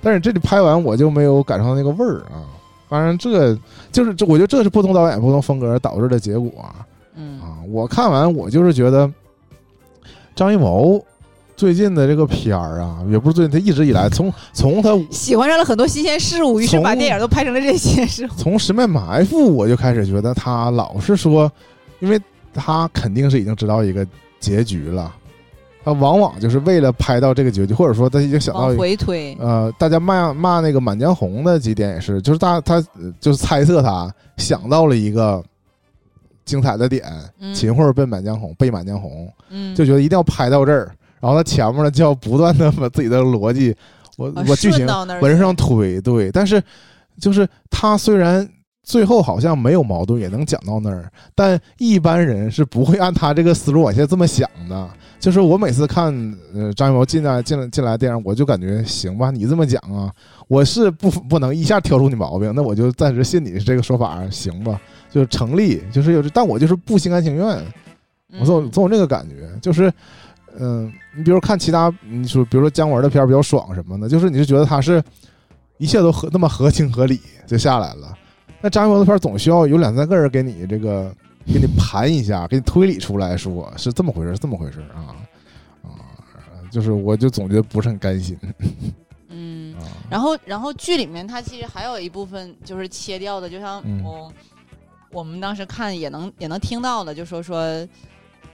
A: 但是这里拍完我就没有感受到那个味儿啊。反正这就是这，我觉得这是不同导演、不同风格导致的结果啊。
C: 嗯
A: 啊我看完我就是觉得张艺谋最近的这个片儿啊，也不是最近，他一直以来从从他
C: 喜欢上了很多新鲜事物，于是
A: 从
C: 把电影都拍成了这 些事物。
A: 从《十面埋伏》我就开始觉得他老是说，因为他肯定是已经知道一个结局了，他往往就是为了拍到这个结局，或者说他已经想到
C: 往
A: 一个。
C: 回推，
A: 呃，大家骂骂那个《满江红》的几点也是，就是大他呃就是猜测他想到了一个精彩的点，
C: 嗯
A: 秦桧被《满江红》被《满江红》，
C: 嗯，
A: 就觉得一定要拍到这儿，然后他前面呢就要不断的把自己的逻辑，我
C: 啊
A: 我剧
C: 顺
A: 情
C: 到那儿
A: 往
C: 去
A: 上推，对，但是就是他虽然最后好像没有矛盾，也能讲到那儿，但一般人是不会按他这个思路往下这么想的。就是我每次看呃张艺谋进来进来进来电影，我就感觉行吧，你这么讲啊，我是不不能一下挑出你毛病，那我就暂时信你这个说法，行吧，就是成立，就是有，但我就是不心甘情愿。
C: 嗯
A: 我总总有这个感觉，就是，嗯、你比如看其他，你说比如说姜文的片儿比较爽什么的，就是你是觉得他是一切都合那么合情合理就下来了。那张艺谋的片儿总需要有两三个人给你这个给你盘一下，给你推理出来说是这么回事，是这么回事啊。就是我就总觉得不是很甘心
C: 嗯
A: 啊。。
C: 然后，然后剧里面它其实还有一部分就是切掉的，就像
A: 嗯
C: 我、我们当时看也能也能听到的，就说说，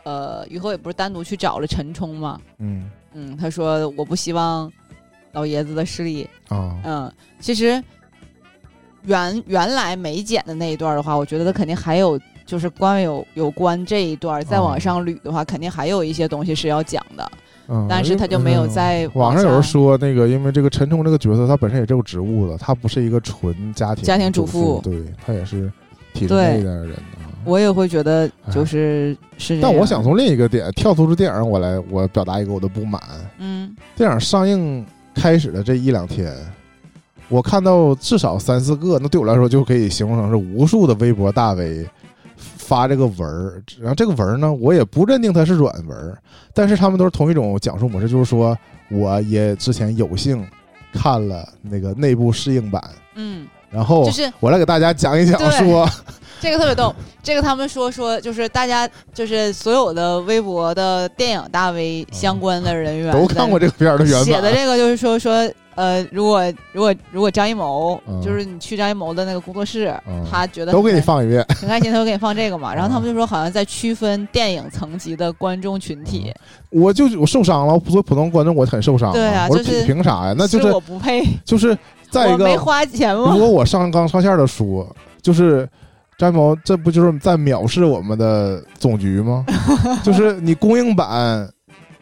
C: 呃，于和伟不是单独去找了陈冲嘛，
A: 嗯
C: 嗯，他说我不希望老爷子的势力，
A: 啊，
C: 嗯，其实原原来没剪的那一段的话，我觉得他肯定还有就是关于有有关这一段再往上捋的话，肯定还有一些东西是要讲的，
A: 嗯
C: 但是他就没有在
A: 嗯网上有
C: 往
A: 人
C: 下
A: 说那个，因为这个陈冲这个角色，他本身也是有职务的，他不是一个纯家庭
C: 家庭
A: 主
C: 主妇
A: 对他也是体制
C: 对
A: 内的人啊。
C: 我也会觉得就是是这样，
A: 但我想从另一个点跳出出电影，我来我表达一个我的不满。
C: 嗯
A: 电影上映开始的这一两天，我看到至少三四个，那对我来说就可以形容成是无数的微博大 V 发这个文儿，然后这个文儿呢，我也不认定它是软文儿，但是他们都是同一种讲述模式，就是说我也之前有幸看了那个内部适应版，
C: 嗯，
A: 然后
C: 就是
A: 我来给大家讲一讲
C: 对
A: 说，
C: 这个特别逗，这个他们说说就是大家就是所有的微博的电影大 V 相关的人员
A: 嗯都看过这个片儿的原
C: 写的
A: 版，
C: 这个就是说说，呃，如果如果如果张艺谋，
A: 嗯
C: 就是你去张艺谋的那个工作室，
A: 嗯
C: 他觉得
A: 都给你
C: 很
A: 放一遍。
C: 很开心，他会给你放这个嘛。然后
A: 嗯
C: 他们就说，好像在区分电影层级的观众群体，
A: 嗯我就我受伤了，我作为普通观众，我很受伤了。
C: 对啊
A: 我说
C: 就是
A: 凭凭啥呀？那就是是
C: 我 不配，
A: 就是再一
C: 我
A: 个
C: 没，花钱
A: 如
C: 吗？
A: 果我上纲上线的书，就是詹某，这不就是在藐视我们的总局 吗？就是你公映版，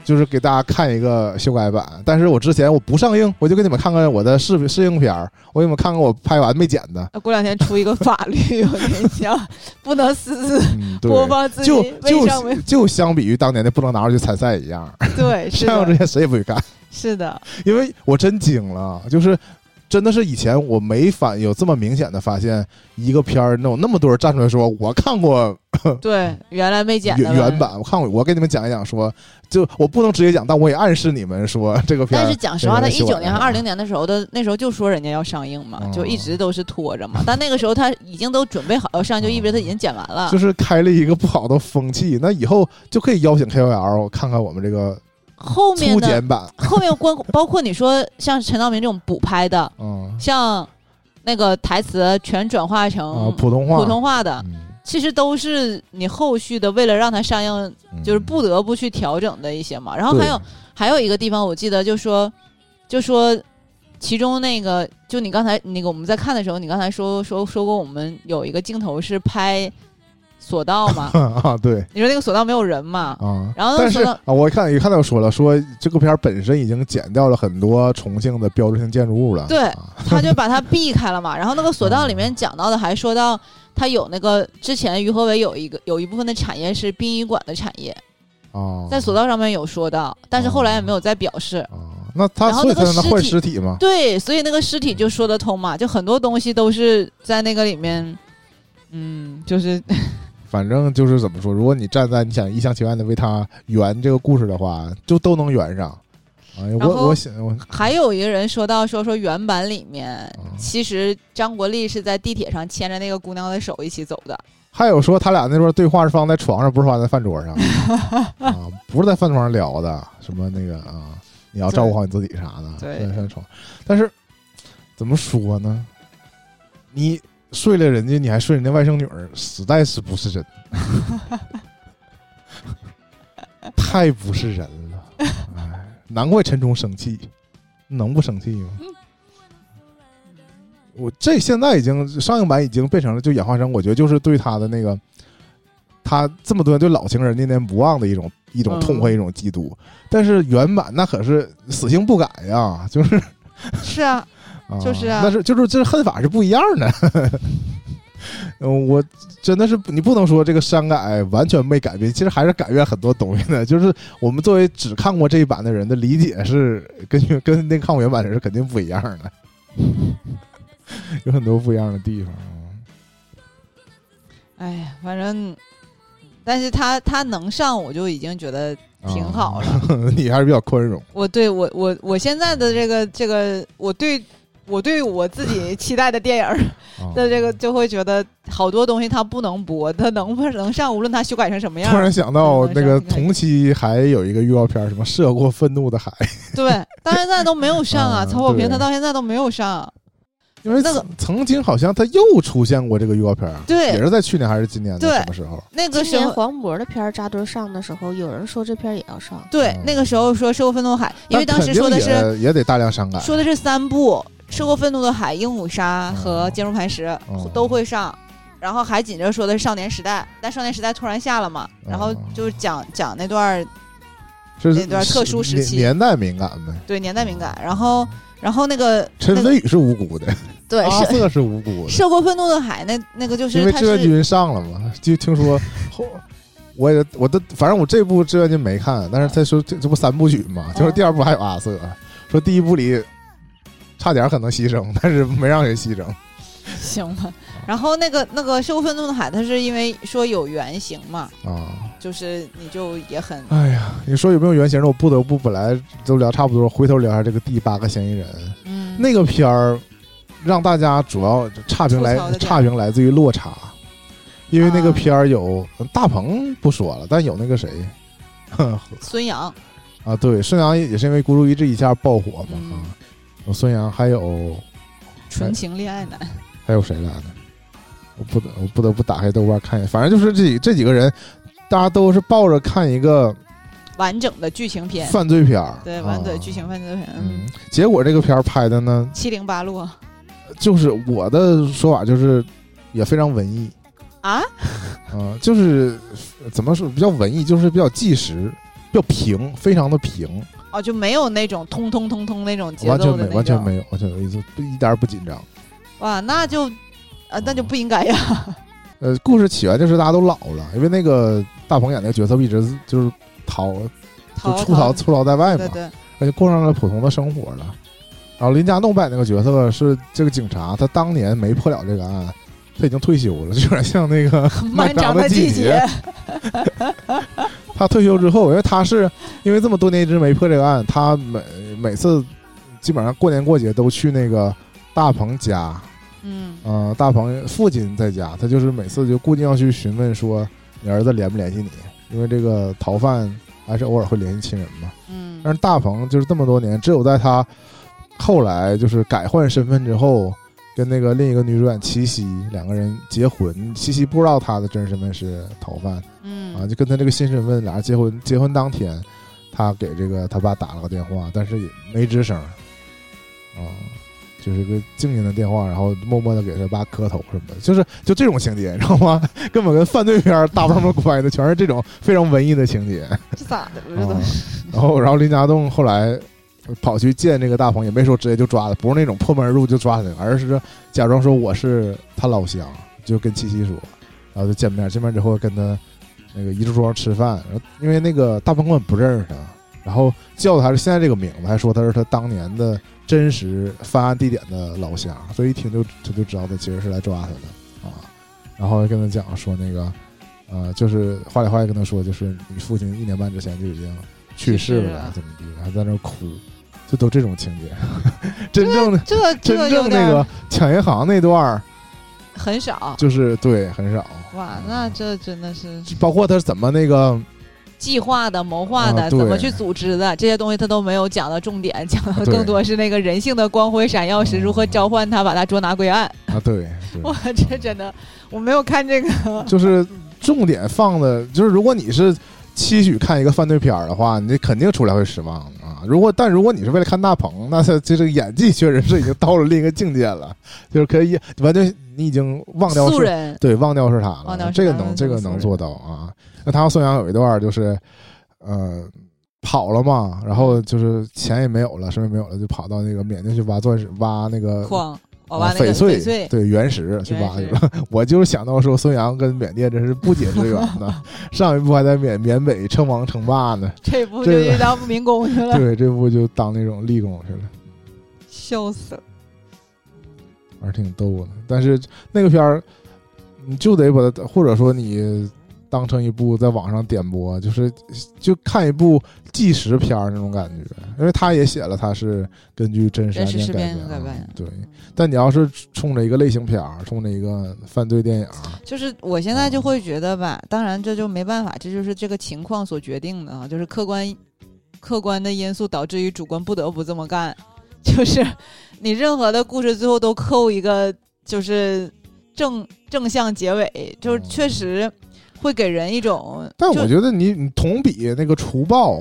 A: 就是给大家看一个修改版，但是我之前我不上映，我就给你们看看我的试试映片儿，我给你们看看我拍完没剪 的。
C: 过两天出一个法律，我 跟你讲，不能私自
A: 嗯，对。
C: 播放自己
A: 就
C: 未
A: 就
C: 上没
A: 就相比于当年的不能拿出去参赛一样，
C: 对，是
A: 这样这
C: 的，
A: 些谁也不会干。
C: 是的，
A: 因为我真惊了，啊就是真的是以前我没反有这么明显的发现，一个片儿能有那么多人站出来说我看过
C: 对，原来没剪的
A: 嗯原原，版，我看过，我给你们讲一讲说，就我不能直接讲，但我也暗示你们说这个片
C: 但
A: 儿
C: 是讲实话，他
A: 原来
C: 一
A: 修改
C: 九
A: 的
C: 年和二零年的时候的那时候就说人家要上映嘛，
A: 嗯
C: 就一直都是拖着嘛。但那个时候他已经都准备好要上，就意味着他已经剪完了。
A: 就是开了一个不好的风气，那以后就可以邀请 KOL 看看我们这个
C: 后面
A: 粗
C: 的
A: 剪版，
C: 后面关包括你说像陈道明这种补拍的，
A: 嗯
C: 像那个台词全转化
A: 啊
C: 成
A: 普通话
C: 哦普通话的，
A: 嗯
C: 其实都是你后续的为了让它上映，
A: 嗯
C: 就是不得不去调整的一些嘛。然后还有
A: 对，
C: 还有一个地方，我记得就说，就说其中那个，就你刚才那个我们在看的时候，你刚才说说说过，我们有一个镜头是拍索道嘛
A: 啊对
C: 你说那个索道没有人嘛，
A: 啊。
C: 然后
A: 但是
C: 说到
A: 啊，我看也看到说了，说这个片儿本身已经剪掉了很多重庆的标志性建筑物了。
C: 对
A: 啊
C: 他就把它避开了嘛。然后那个索道里面讲到的，还说到他有那个之前于和伟有一个有一部分的产业是殡仪馆的产业，
A: 啊，
C: 在索道上面有说到，但是后来也没有再表示。
A: 啊，那他
C: 然后
A: 所以
C: 那
A: 才
C: 个
A: 能换
C: 尸体
A: 尸体嘛？
C: 对，所以那个尸体就说得通嘛，就很多东西都是在那个里面，嗯，就是
A: 反正就是怎么说，如果你站在你想一厢情愿的为他圆这个故事的话，就都能圆上。哎呀，
C: 然
A: 我
C: 后
A: 我想我
C: 还有一个人说到说说原版里面
A: 嗯，
C: 其实张国立是在地铁上牵着那个姑娘的手一起走的，
A: 还有说他俩那边对话是放在床上，不是放在饭桌 上啊，不是在饭桌上聊的，什么那个啊，你要照顾好你自己啥的，
C: 对
A: 在在床。但是怎么说呢？你睡了人家，你还睡人家外甥女儿，实在是不是人， 太不是人了。哎，难怪陈冲生气，能不生气吗？我这现在已经上映版已经变成了就演化成，我觉得就是对他的那个，他这么多年对老情人念念不忘的一种一种
C: 嗯
A: 痛恨，一种嫉妒。但是原版那可是死性不改呀，就是
C: 是啊，
A: 啊
C: 就是啊
A: 那是就是这恨法是不一样的。嗯，我真的是不你不能说这个删改完全没改变，其实还是改变很多东西的。就是我们作为只看过这一版的人的理解是跟原跟那个看过原版的人是肯定不一样的， 有很多不一样的地方。
C: 哎呀，反正，但是他他能上，我就已经觉得
A: 啊
C: 挺好了。
A: 你还是比较宽容。
C: 我对我我我现在的这个这个，我对
F: 我对我自己期待的电影儿
A: 啊
F: 的这个，就会觉得好多东西它不能播，它能不能上，无论它修改成什么样
A: 突
F: 儿，
A: 然想到
F: 嗯
A: 那个
F: 上次看
A: 同期还有一个预告片儿，什么涉过愤怒的海，
F: 对，到现在都没有上 啊。
A: 嗯
F: 曹保平
A: 对
F: 他到现在都没有上，
A: 因为
F: 那个
A: 曾曾经好像他又出现过这个预告片儿，啊也
F: 对，
A: 是在去年还是今年的
C: 对
A: 什么时候？
C: 那个
B: 今
C: 时
B: 年
C: 候
B: 黄渤的片儿扎堆上的时候，有人说这片儿也要上，
C: 对
A: 嗯
C: 那个时候说《涉过愤怒的海》，因为
A: 但
C: 当
A: 肯
C: 时
A: 定
C: 说的是
A: 也也得大量删改，
C: 说的是三部，《涉过愤怒的海》、《鹦鹉杀》和
A: 嗯
C: 《坚如磐石》
A: 嗯
C: 都会上。然后还紧着说的是《少年时代》，但《少年时代》突然下了嘛，然后
A: 嗯
C: 就是讲讲那段儿
A: 是
C: 那段特殊时
A: 年
C: 期
A: 年代敏感呗。
C: 对年代敏感，然后然后那个那
A: 陈
C: 个
A: 飞宇是无辜的，
C: 对
A: 阿
C: 涉
A: 瑟是无辜的，
C: 涉过愤怒的海那那个就
A: 因
C: 是
A: 为
C: 他
A: 志愿
C: 是
A: 军上了嘛，就听说后。我也我的，反正我这部志愿军没看，但是他说这这不三部曲
C: 嗯
A: 嘛，就是第二部还有阿瑟，说第一部里差点可能牺牲，但是没让人牺牲。
C: 行吧， 然后那个那个《涉过愤怒的海》，它是因为说有原型嘛，
A: 啊，
C: 就是你就也很
A: 哎呀，你说有没有原型的？我不得不本来都聊差不多，回头聊一下这个第八个嫌疑人
C: 嗯
A: 那个片儿，让大家主要差评来
C: 吐槽的点
A: 差评来自于落差，因为那个
C: 啊
A: 片儿有大鹏不说了，但有那个谁。呵
C: 孙杨
A: 啊，对，孙杨也是因为孤注一掷一下爆火嘛、
C: 嗯
A: 啊，有孙杨，还有
C: 纯情恋爱男，
A: 还有谁来着？我不得我不得不打开豆瓣看一眼，反正就是这几这几个人，大家都是抱着看一个
C: 完整的剧情片，
A: 犯罪片儿，
C: 对，完整
A: 啊
C: 的剧情犯罪片，
A: 嗯，结果这个片儿拍的呢，
C: 七零八落
A: 就是我的说法就是也非常文艺，
C: 啊，
A: 啊，就是怎么说比较文艺，就是比较纪实，比较平，非常的平，
C: 哦，就没有那种通通通通那种节
A: 完
C: 奏
A: 全
C: 的
A: 没
C: 那种，
A: 完全没有，完全没有一丝一点儿不紧张。
C: 哇，那就
A: 哦
C: 啊，那就不应该呀，
A: 呃，故事起源就是大家都老了，因为那个大鹏演那个角色一直就是逃， 就出逃
C: 逃
A: 出逃在外嘛
C: 对，对，
A: 而且过上了普通的生活了。然后林家栋扮演那个角色是这个警察，他当年没破了这个案，他已经退休了，就有点像那 个《
C: 漫长
A: 的
C: 的
A: 节
C: 季节》。
A: 他退休之后，因为他是因为这么多年一直没破这个案，他每每次基本上过年过节都去那个大鹏家，
C: 嗯，
A: 呃，大鹏父亲在家，他就是每次就固定要去询问说你儿子联不联系你，因为这个逃犯还是偶尔会联系亲人嘛。
C: 嗯
A: 但是大鹏就是这么多年，只有在他后来就是改换身份之后，跟那个另一个女主演七夕两个人结婚，七夕不知道他的真实身份是逃犯啊，
C: 嗯，
A: 就跟他这个新身份，俩人结婚结婚当天，他给这个他爸打了个电话，但是也没吱声儿，啊，就是个静音的电话，然后默默的给他爸磕头什么的，就是就这种情节，你知道吗？ 根本跟犯罪片儿搭不上什么关系的，全是这种非常文艺的情节。
C: 这咋的了？这
A: 啊
C: 都，
A: 然后然后林家栋后来跑去见这个大鹏，也没说直接就抓他，不是那种破门而入就抓他，而是假装说我是他老乡，就跟七七说，然后就见面，见面之后跟他那个一桌吃饭，然后因为那个大鹏根本不认识他，然后叫他是现在这个名字，还说他是他当年的真实犯案地点的老乡，所以一听就他就知道他其实是来抓他的啊，然后跟他讲说那个。呃，就是话里话外跟他说，就是你父亲一年半之前就已经去世
C: 去世
A: 了
C: 了，
A: 怎么地，还在那儿哭，就都这种情节。 真正的
C: 这
A: 真
C: 这有
A: 正
C: 点
A: 那
C: 儿
A: 个抢银行那段儿，
C: 很少。
A: 就是对很少。
C: 哇
A: 嗯，
C: 那这真的是
A: 包括他是怎么那个，
C: 计划的、谋划
A: 啊
C: 的、
A: 对啊
C: 怎么去组织的这些东西，他都没有讲到重点，讲到
A: 对
C: 更多是那个人性的光辉闪耀时，
A: 嗯
C: 如何召唤他，把他捉拿归案。
A: 啊，对 对，
C: 哇，这真的，我没有看这个，
A: 就是重点放的，就是如果你是期许看一个犯罪片儿的话，你肯定出来会失望的啊。如果但如果你是为了看大鹏，那他这个演技确实是已经到了另一个境界了，就是可以完全你已经忘掉
C: 素
A: 是
C: 人
A: 对，忘掉是他了，
C: 忘掉是
A: 这个
C: 他
A: 能
C: 了
A: 这
C: 这
A: 个
C: 个
A: 能
C: 素
A: 做到啊。那他和孙杨有一段就是，呃，跑了嘛，然后就是钱也没有了，什么也没有了，就跑到那个缅甸去挖钻石，挖那个。
C: 框，我
A: 啊
C: 把那个
A: 翡
C: 翡
A: 翠
C: 翠
A: 对原石去
C: 原
A: 挖去
C: 石
A: 了。 我就是想到说，孙杨跟缅甸真是不解之缘 呢。上一部还在缅缅北称王称霸呢，
C: 这部
A: 这
C: 就
A: 个
C: 去当民工 去了，
A: 对，这不就当那种立功去了。
C: 笑死了。
A: 还是挺逗的。但是那个片儿，你就得把它，或者说你当成一部在网上点播，就是就看一部纪实片儿那种感觉，因为他也写了他是根据真实
C: 真
A: 案
C: 实
A: 件
C: 事
A: 改
C: 变
A: 编
C: 改
A: 啊
C: 编嗯
A: 对，但你要是冲着一个类型片儿，冲着一个犯罪电影儿，
C: 就是我现在就会觉得吧，当然这就没办法，这就是这个情况所决定的啊，就是客观客观的因素导致于主观不得不这么干， 就是你任何的故事最后都扣一个就是正正向结尾，就是确实会给人一种，
A: 哦但
C: 就
A: 我觉得你你同比那个《除暴》，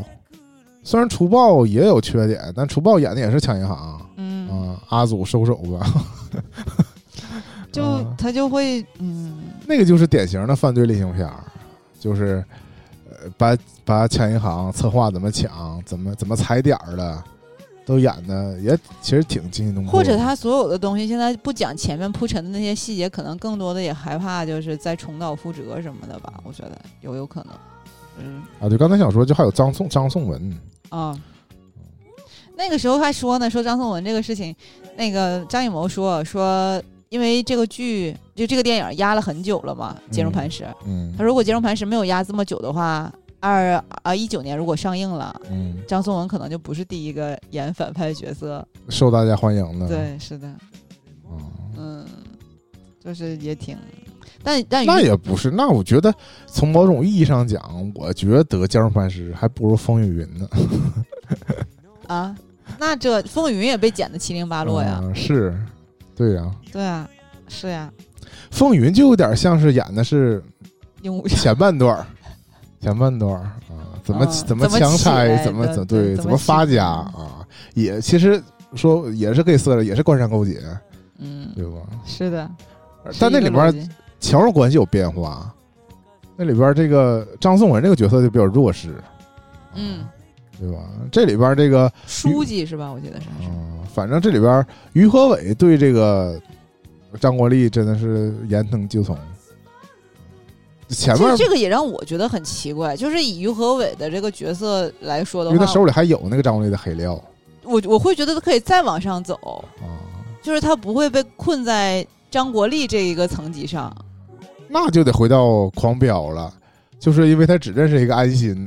A: 虽然《除暴》也有缺点，但《除暴》演的也是抢银行啊、
C: 嗯，
A: 阿祖收手吧，
C: 就
A: 嗯
C: 他就会嗯，
A: 那个就是典型的犯罪类型片儿，就是呃把把抢银行策划怎么抢，怎么怎么踩点儿的，都演的也其实挺惊心动魄的。
C: 或者他所有的东西现在不讲前面铺陈的那些细节，可能更多的也害怕就是在重蹈覆辙什么的吧，我觉得有有可能，嗯。
A: 啊，对，刚才想说，就还有张颂张颂文，
C: 啊、那个时候还说呢，说张颂文这个事情，那个张艺谋说说，因为这个剧就这个电影压了很久了嘛，《接龙磐石》
A: 嗯，
C: 他如果《接龙磐石》没有压这么久的话，二啊一九年如果上映了，
A: 嗯，
C: 张颂文可能就不是第一个演反派角色。
A: 受大家欢迎的，，
C: 对，是的，
A: 嗯。
C: 嗯，就是也挺，但但
A: 那
C: 于
A: 也不是，那我觉得从某种意义上讲，我觉得《江湖磐石》还不如《风雨云》呢。
C: 啊，那这风雨云也被剪得七零八落呀，
A: 嗯是，对呀、
C: 对啊，是呀、
A: 风雨云就有点像是演的是
C: 鹦鹉
A: 前半段儿，前半段儿啊，怎么、
C: 嗯
A: 怎么
C: 怎么
A: 强
C: 起来
A: 拆，怎么
C: 的
A: 怎
C: 对
A: 对，
C: 怎
A: 怎
C: 么
A: 么
C: 起
A: 发
C: 来
A: 家啊，也其实说也是给色了，也是官商勾结，
C: 嗯，
A: 对吧？
C: 是的。是
A: 呃但那
C: 一
A: 里
C: 个
A: 边
C: 逻
A: 儿
C: 辑
A: 强弱关系有变化，那里边儿这个张颂文这个角色就比较弱势，啊
C: 嗯，
A: 对吧？这里边儿这个
C: 书记是吧？我记得是
A: 啊、反正这里边儿于和伟对这个张国立真的是言听计从。前
C: 其
A: 面
C: 实这个也让我觉得很奇怪，就是以于和伟的这个角色来说的
A: 因为他
C: 话，
A: 手里还有那个张国立的黑料
C: 我我会觉得他可以再往上走，
A: 啊，
C: 就是他不会被困在张国立这一个层级上。
A: 那就得回到狂飙了，就是因为他只认识一个安 心。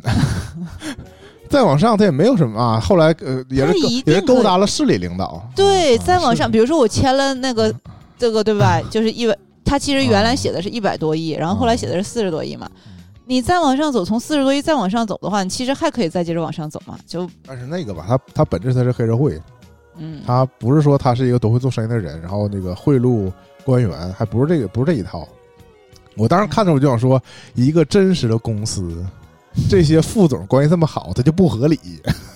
A: 再往上，他也没有什么啊。后来，呃，也是
C: 他
A: 勾
C: 一定
A: 也是
C: 可
A: 勾
C: 以
A: 搭了市里领导。
C: 对，
A: 啊
C: 再往上，
A: 是
C: 比如说我签了那个这个，对吧？就 是一百，他其实原来
A: 啊
C: 写的是一百多亿，然后后来写的是四十多亿嘛
A: 嗯。
C: 你再往上走，从四十多亿再往上走的话，你其实还可以再接着往上走嘛。就
A: 但是那个吧，他他本质他是黑社会，
C: 嗯，
A: 他不是说他是一个多会做生意的人，然后那个贿赂官员，还不是这个，不是这一套。我当时看着我就想说，一个真实的公司，这些副总关系这么好，他就不合理。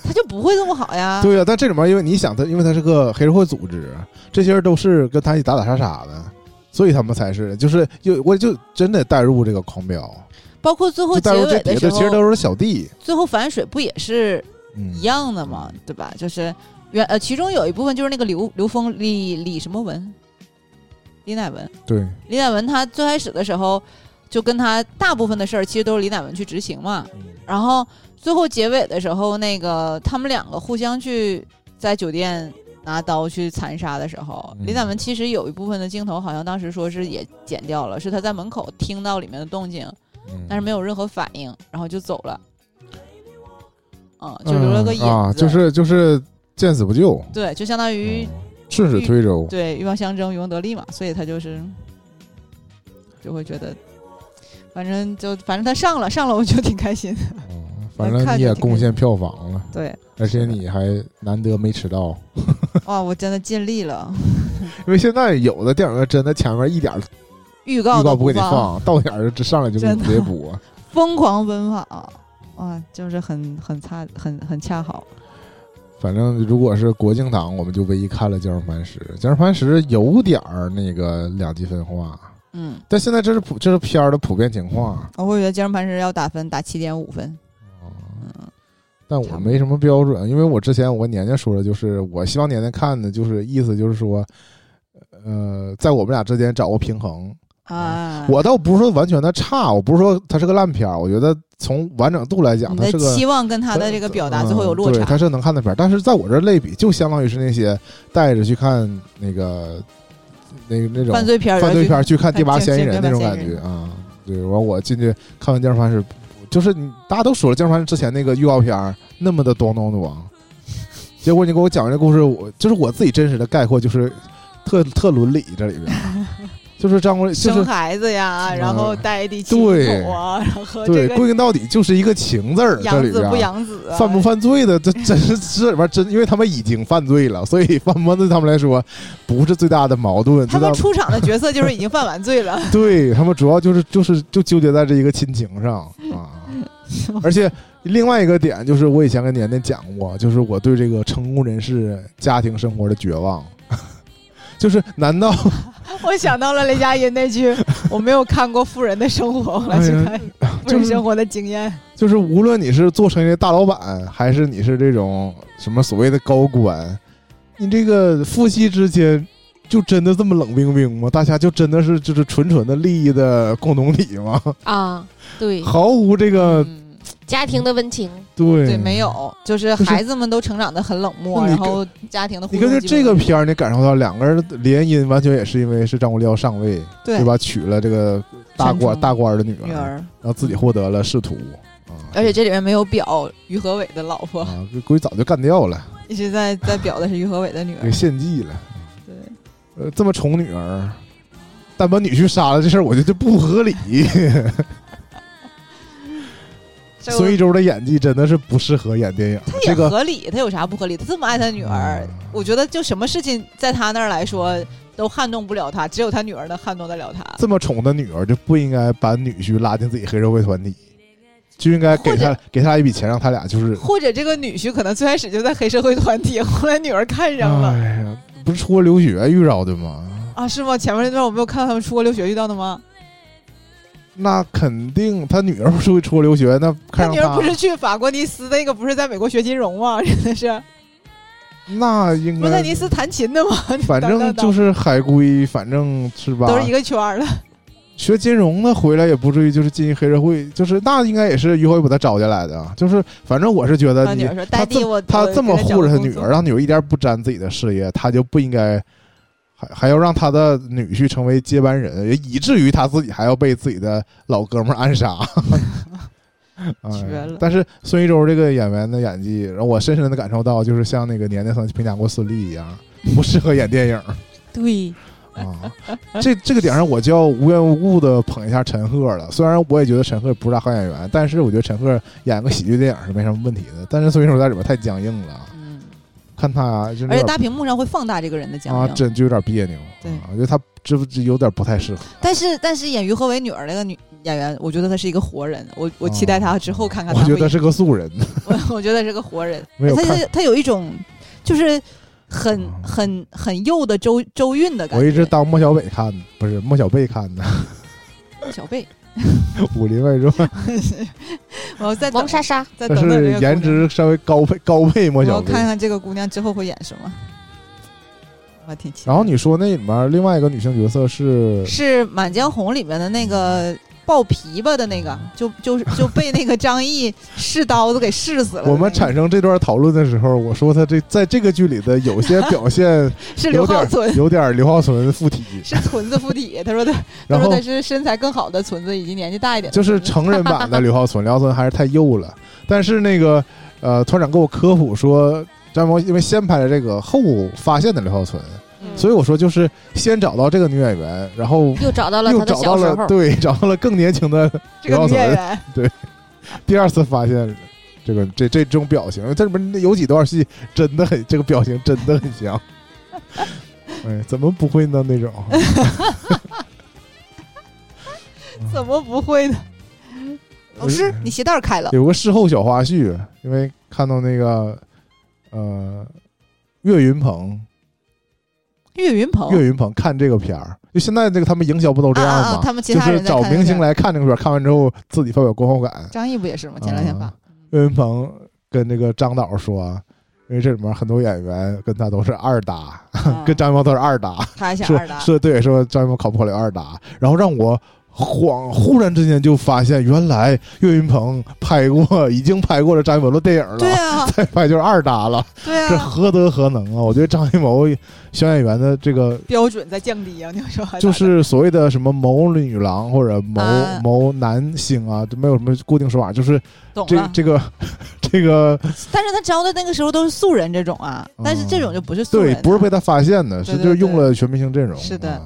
C: 他就不会这么好呀。
A: 对呀、但这里面因为你想他，因为他是个黑社会组织，这些人都是跟他一起打打杀杀的，所以他们才是就是又我就真的带入这个狂飙，
C: 包括最后
A: 就
C: 结
A: 带入这
C: 尾
A: 底
C: 的
A: 下
C: 时
A: 的其实
C: 候，
A: 都是小弟，
C: 最后反水不也是
A: 嗯，
C: 一样的嘛，对吧？就是原呃，其中有一部分就是那个刘刘峰李李什么文，李乃文，
A: 对，
C: 李乃文他最开始的时候就跟他大部分的事儿其实都是李乃文去执行嘛，
A: 嗯
C: 然后最后结尾的时候，那个他们两个互相去在酒店。拿刀去残杀的时候，
A: 嗯
C: 李乃文其实有一部分的镜头，好像当时说是也剪掉了，是他在门口听到里面的动静，
A: 嗯
C: 但是没有任何反应，然后就走了，嗯，就留了个影子，
A: 嗯啊，就是就是见死不救，
C: 对，就相当于、
A: 嗯顺水推舟。
C: 对欲望相争，渔翁得利嘛，所以他就是就会觉得，反正就反正他上了上了，我就挺开心的，
A: 嗯反正你也贡献票房了，
C: 对，
A: 而且你还难得没迟到，
C: 哇，我真的尽力了，
A: 因为现在有的电影院真的前面一点儿预
C: 预告
A: 告
C: 都
A: 不给你
C: 放，
A: 放，到点儿就上来就给你
C: 真的
A: 直接啊播。
C: 疯狂奔跑，哇，就是很很恰很很恰好，
A: 反正如果是国庆档，我们就唯一看了《僵尸磐石》，《僵尸磐石》有点儿那个两极分化，
C: 嗯，
A: 但现在这是普这是片儿的普遍情况，
C: 啊我会觉得《健身盘石》要打分打七点五分，嗯，
A: 但
C: 差
A: 我
C: 不多
A: 没什么标准，因为我之前我跟年年说的就是我希望年年看的，就是意思就是说，呃，在我们俩之间找个平衡，
C: 啊，
A: 嗯我倒不是说完全的差，我不是说它是个烂片儿，我觉得从完整度来讲，
C: 你
A: 它
C: 的
A: 是个
C: 期望跟他的这个表达最后有落
A: 嗯对，
C: 差
A: 它，是能看的片儿。但是在我这儿类比，就相当于是那些带着去看那个那个那种
C: 犯罪片儿
A: 犯罪片儿
C: 去
A: 去看《第八嫌疑人》那种
C: 看
A: 感
C: 第八嫌
A: 觉
C: 疑人
A: 啊。对，完我进去看完《僵尸番是，就是你大家都说了，《僵尸番之前那个预告片儿那么的咚咚咚，结果你给我讲这故事，我就是我自己真实的概括，就是特特伦理这里边，就是张国立，就
G: 生
A: 是嗯
G: 孩子呀，然后带地气
A: 对
G: 统啊，然后这
A: 对，
G: 个
A: 归根到底就是一个情字儿这
G: 养
A: 里
G: 子
A: 边
G: 不。养子啊，
A: 犯不犯罪的，这真是这里边真，因为他们已经犯罪了，所以犯不犯罪对他们来说不是最大的矛盾。
G: 他
A: 最大
G: 们出场的角色就是已经犯完罪 了，
A: 对他们主要就是就是就纠结在这一个亲情上啊，
G: 嗯
A: 而且另外一个点就是我以前跟年年讲过，就是我对这个成功人士家庭生活的绝望， 就是难道
G: 我想到了雷佳音那句：“我没有看过富人的生活，我来去看富
A: 哎就
G: 人
A: 是
G: 生活的经验。
A: 就是无论你是做生意的大老板，还是你是这种什么所谓的高官，你这个夫妻之间。就真的这么冷冰冰吗？大家就真的是就是纯纯的利益的共同体吗？
B: 啊，对，
A: 毫无这个
C: 嗯，
B: 家庭的温情，
A: 呃对
C: 对，没有，就是
A: 不是
C: 孩子们都成长的很冷漠，
A: 那你
C: 然
A: 跟
C: 后家庭的互
A: 你
C: 动
A: 根据
C: 基
A: 这
C: 本
A: 个
C: 没有
A: 片儿，你感受到两个人的联姻完全也是因为是张国立要上位，
C: 对
A: 吧？娶了这个大
C: 山
A: 官
C: 中
A: 大官的女儿，
C: 女儿，
A: 然后自己获得了仕途啊，
C: 而且这里面没有表于和伟的老婆，
A: 啊，这估计早就干掉了，
C: 一直在在表的是于和伟的女
A: 给
C: 儿。
A: 献祭了。
C: 对，
A: 呃，这么宠女儿，但把女婿杀了这事儿，我觉得就不合理。 孙艺洲的演技真的是不适合演电影，
C: 他也
A: 这个
C: 合理，他有啥不合理？他这么爱他女儿，
A: 嗯
C: 我觉得就什么事情在他那儿来说都撼动不了他，只有他女儿能撼动得了他。
A: 这么宠的女儿就不应该把女婿拉进自己黑社会团体，就应该给
C: 或者
A: 他给他一笔钱，让他俩就是
C: 或者这个女婿可能最开始就在黑社会团体，后来女儿看上了
A: 哎呀，不是出国留学遇到的吗？
C: 啊？是吗？前面那段我没有看到他们出国留学遇到的吗？
A: 那肯定，他女儿不是会出国留学，那
C: 他
A: 看上
C: 女
A: 他
C: 儿不是去法国尼斯那个，不是在美国学金融吗？真的是
A: 那应
C: 不是在
A: 该，
C: 尼斯弹琴的吗？
A: 反正就是是海归，反正是吧？
C: 都是一个圈儿的。
A: 学金融的回来也不至于就是进黑社会，就是那应该也是于辉把他招进来的，啊就是反正我是觉
C: 他
A: 得
C: 啊女
A: 呃你
C: 儿说：“
A: 他
C: 爹，
A: 这
C: 我
A: 他
C: 我
A: 这么
C: 给他找
A: 护着他
C: 工
A: 女
C: 作
A: 儿，啊让女儿一点不沾自己的事业，他就不应该。还还要让他的女婿成为接班人，也以至于他自己还要被自己的老哥们儿暗 杀。哎
C: 绝了
A: 但是孙艺洲这个演员的演技，让我深深的感受到，就是像那个年年曾评价过孙俪一样，不适合演电影
C: 对，
A: 啊。这这个点上，我就要无缘无故的捧一下陈赫了。虽然我也觉得陈赫不是啥好演员，但是我觉得陈赫演个喜剧电影是没什么问题的。但是孙艺洲在里边太僵硬了。
C: 嗯，
A: 看他就是
C: 而
A: 那
C: 且
A: 种
C: 大屏幕上会放大这个人的
A: 啊，
C: 僵硬。
A: 真就有点别扭。
C: 对
A: 啊，我觉得他这不这有点不太适合。
C: 但是但是演于和伟女儿那个女演员，我觉得她是一个活人，我我
A: 哦
C: 期待她之后看看她
A: 我
C: 会。
A: 觉得是个素人，
C: 我我觉得是个活人，
A: 没有
C: 她
A: 看
C: 是她有一种就是很
A: 哦
C: 很很幼的周周韵的感
A: 我
C: 觉。
A: 一直当莫小北看的，不是莫小贝看的《
C: 小贝，
A: 武林外传》，
C: 我再等
B: 王莎莎，
C: 再
A: 但
C: 等等这
A: 是
C: 个
A: 颜
C: 姑娘，
A: 值稍微高配高配莫
C: 我
A: 小
C: 要
A: 贝。
C: 看看这个姑娘之后会演什么。我挺期待。
A: 然后你说那里面另外一个女性角色是
C: 是《满江红》里面的那个抱琵琶的那个，就就是就被那个张译试刀子给试死了的那 个。
A: 我们产生这段讨论的时候，我说他这在这个剧里的有些表现
C: 是刘
A: 有
C: 浩
A: 点
C: 存，
A: 有点刘浩存附 体，
C: 是存子附体。他说他他
A: 然
C: 说
A: 后
C: 他是身材更好的存子，以及年纪大一点的
A: 就
C: 存子。
A: 是成人版的刘浩存，刘浩存还是太幼了。但是那个呃，团长给我科普说，张萌因为先拍了这个，后发现的刘浩存，
C: 嗯
A: 所以我说就是先找到这个女演员，然后
B: 又找到了
A: 又
B: 她的
A: 找
B: 小
A: 到
B: 时
A: 了
B: 候，
A: 对，找到了更年轻的
G: 这个
A: 刘浩
G: 女演
A: 存，
G: 员
A: 第二次发现。这个这这种表情，这里面有几段戏真的很，这个表情真的很 像。哎，怎么不会呢？那种
G: 怎么不会呢？
C: 老师，你鞋带儿开了。
A: 呃有个事后小花絮，因为看到那个呃岳云鹏，
C: 岳云鹏，
A: 嗯岳云鹏看这个片儿，就现在这个他们营销不都这样
C: 哦啊
A: 吗？
C: 啊，他们其
A: 就
C: 他
A: 是
C: 人在
A: 找
C: 看
A: 明
C: 那
A: 星
C: 个，
A: 来看这个片儿，看完之后自己发表观后感。
C: 张译不也是吗？前两天吧
A: 啊。岳云鹏跟那个张导说，因为这里面很多演员跟他都是二搭，
C: 啊
A: 跟张艺谋都是二搭，
C: 他还想
A: 说
C: 二搭，
A: 啊说对，说张艺谋考不考虑二搭，然后让我恍忽然之间就发现，原来岳云鹏拍过，已经拍过了张艺谋的电影了，
C: 对啊，
A: 再拍就是二搭了，
C: 对
A: 这
C: 啊，
A: 何德何能啊！我觉得张艺谋小演员的这个，
H: 标准在降低啊！你说还咋的
A: 就是所谓的什么谋女郎或者谋、
C: 啊
A: 谋男星啊，都没有什么固定说法，就是
C: 懂
A: 这
C: 了。
A: 这 个这个
C: 但是他招的那个时候都是素人这种啊，
A: 嗯
C: 但是这种就不是素人
A: 对
C: 啊，，
A: 不是被他发现的，
C: 对
A: 是
C: 对
A: 就是用
C: 对
A: 了全明星阵容，
C: 是的
A: 啊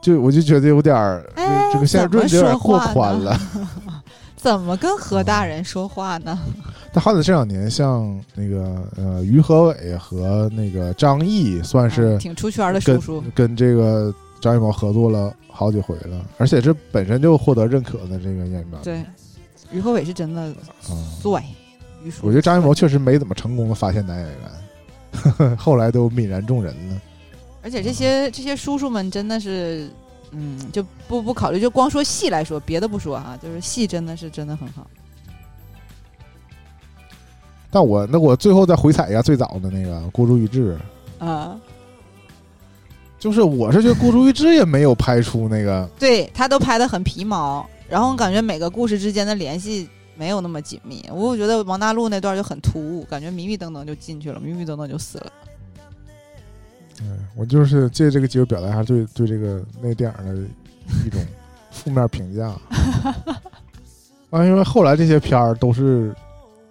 A: 就我就觉得有点儿、这
C: 哎
A: 这个现实
C: 怎
A: 主
C: 么
A: 义有点
C: 说
A: 过
C: 话呢
A: 宽了。
C: 怎么跟何大人说话呢？
A: 但好歹这两年，像那个呃于和伟和那个张译，算是
C: 嗯挺出圈的
A: 跟、
C: 叔叔，
A: 跟这个张艺谋合作了好几回了，而且这本身就获得认可的这个演员。
C: 对，于和伟是真的
A: 嗯
C: 帅，于叔，
A: 我觉得张艺谋确实没怎么成功的发现男演员， 后来都泯然众人了。
C: 而且这些这些叔叔们真的是，嗯，就不不考虑，就光说戏来说，别的不说啊，就是戏真的是真的很好。
A: 但我那我最后再回踩一下最早的那个孤注一掷，
C: 啊，
A: 就是我是觉得孤注一掷也没有拍出那个，
C: 对他都拍的很皮毛，然后我感觉每个故事之间的联系没有那么紧密。我觉得王大陆那段就很突兀，感觉迷迷瞪瞪就进去了，迷迷瞪瞪就死了。
A: 嗯，我就是借这个机会表达一下对对这个那个电影的一种负面评价。 啊，因为后来这些片儿都是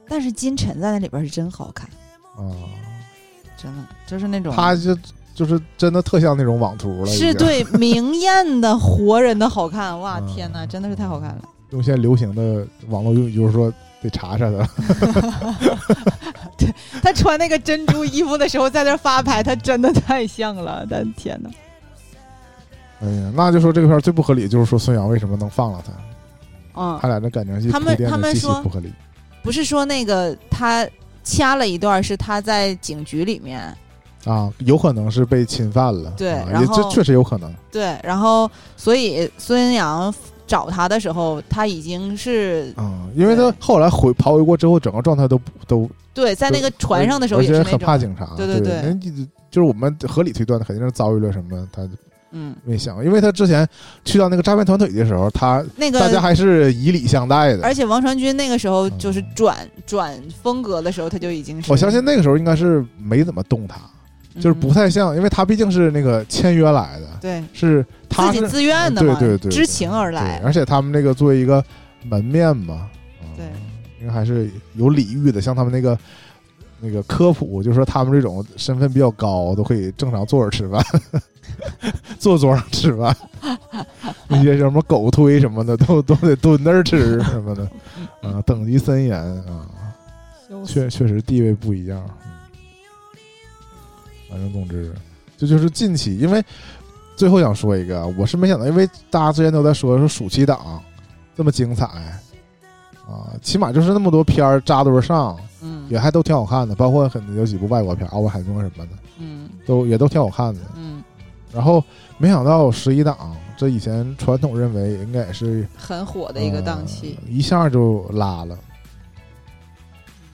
C: 但是金晨在那里边是真好看，
A: 啊，
C: 真的就是那种
A: 他就就是真的特像那种网图了，已经
C: 是对明艳的活人的好看，哇
A: 嗯
C: 天哪，真的是太好看了。
A: 用现在流行的网络用语就是说得查查他。
H: 他穿那个珍珠衣服的时候，在那儿发牌，他真的太像了，但天哪！
A: 哎呀，那就说这个片儿最不合理，就是说孙杨为什么能放了他，
C: 嗯，
A: 他俩那感情戏
C: 他
A: 铺
C: 们
A: 垫
C: 他
A: 的
C: 们
A: 极其
C: 说
A: 不合理。
C: 不是说那个他掐了一段，是他在警局里面，
A: 啊，有可能是被侵犯了，
C: 对
A: 啊、
C: 然
A: 也
C: 后
A: 这确实有可能，
C: 对，然后所以孙杨找他的时候，他已经是
A: 嗯，因为他
C: 对
A: 后来回跑回国之后，整个状态都不都
C: 对在那个船上的时候
A: 而
C: 也
A: 且
C: 是
A: 很
C: 那
A: 怕
C: 种，
A: 警察，
C: 对
A: 对
C: 对
A: 那
C: 对
A: 就就是我们合理推断的，肯定是遭遇了什么，他
C: 嗯，
A: 没想，因为他之前去到那个诈骗团体的时候，他
C: 那
A: 大家
C: 个。
A: 还是以礼相待的
C: 而，且王传君那个时候就是
A: 嗯
C: 转、转风格的时候，他就已经是
A: 我相信那个时候应该是没怎么动他，就是不、太像，因为他毕竟是那个签约来的
C: 嗯，对
A: 是他
C: 自
A: 是
C: 己自愿的
A: 对
C: 嘛，
A: 对对对
C: 知情而
A: 对
C: 来，
A: 而且他们那个作为一个门面嘛，嗯
C: 对，
A: 应该还是有礼遇的，像他们那个。那个科普就是说，他们这种身份比较高，都可以正常坐着吃饭， 坐桌上吃饭， 那些什么狗推什么的，都都得蹲那儿吃什么的，啊，等级森严啊，确确实地位不一样。嗯反正总之，这就是近期，因为最后想说一个，啊我是没想到，因为大家之前都在说说暑期档这么精彩啊，起码就是那么多片儿扎堆儿上，
C: 嗯
A: 也还都挺好看的，包括很有几部外国片儿，《奥本海默》什么的，
C: 嗯
A: 都也都挺好看的。
C: 嗯，
A: 然后没想到十一档，这以前传统认为应该也是
C: 很火的一个档期，
A: 呃一下就拉了。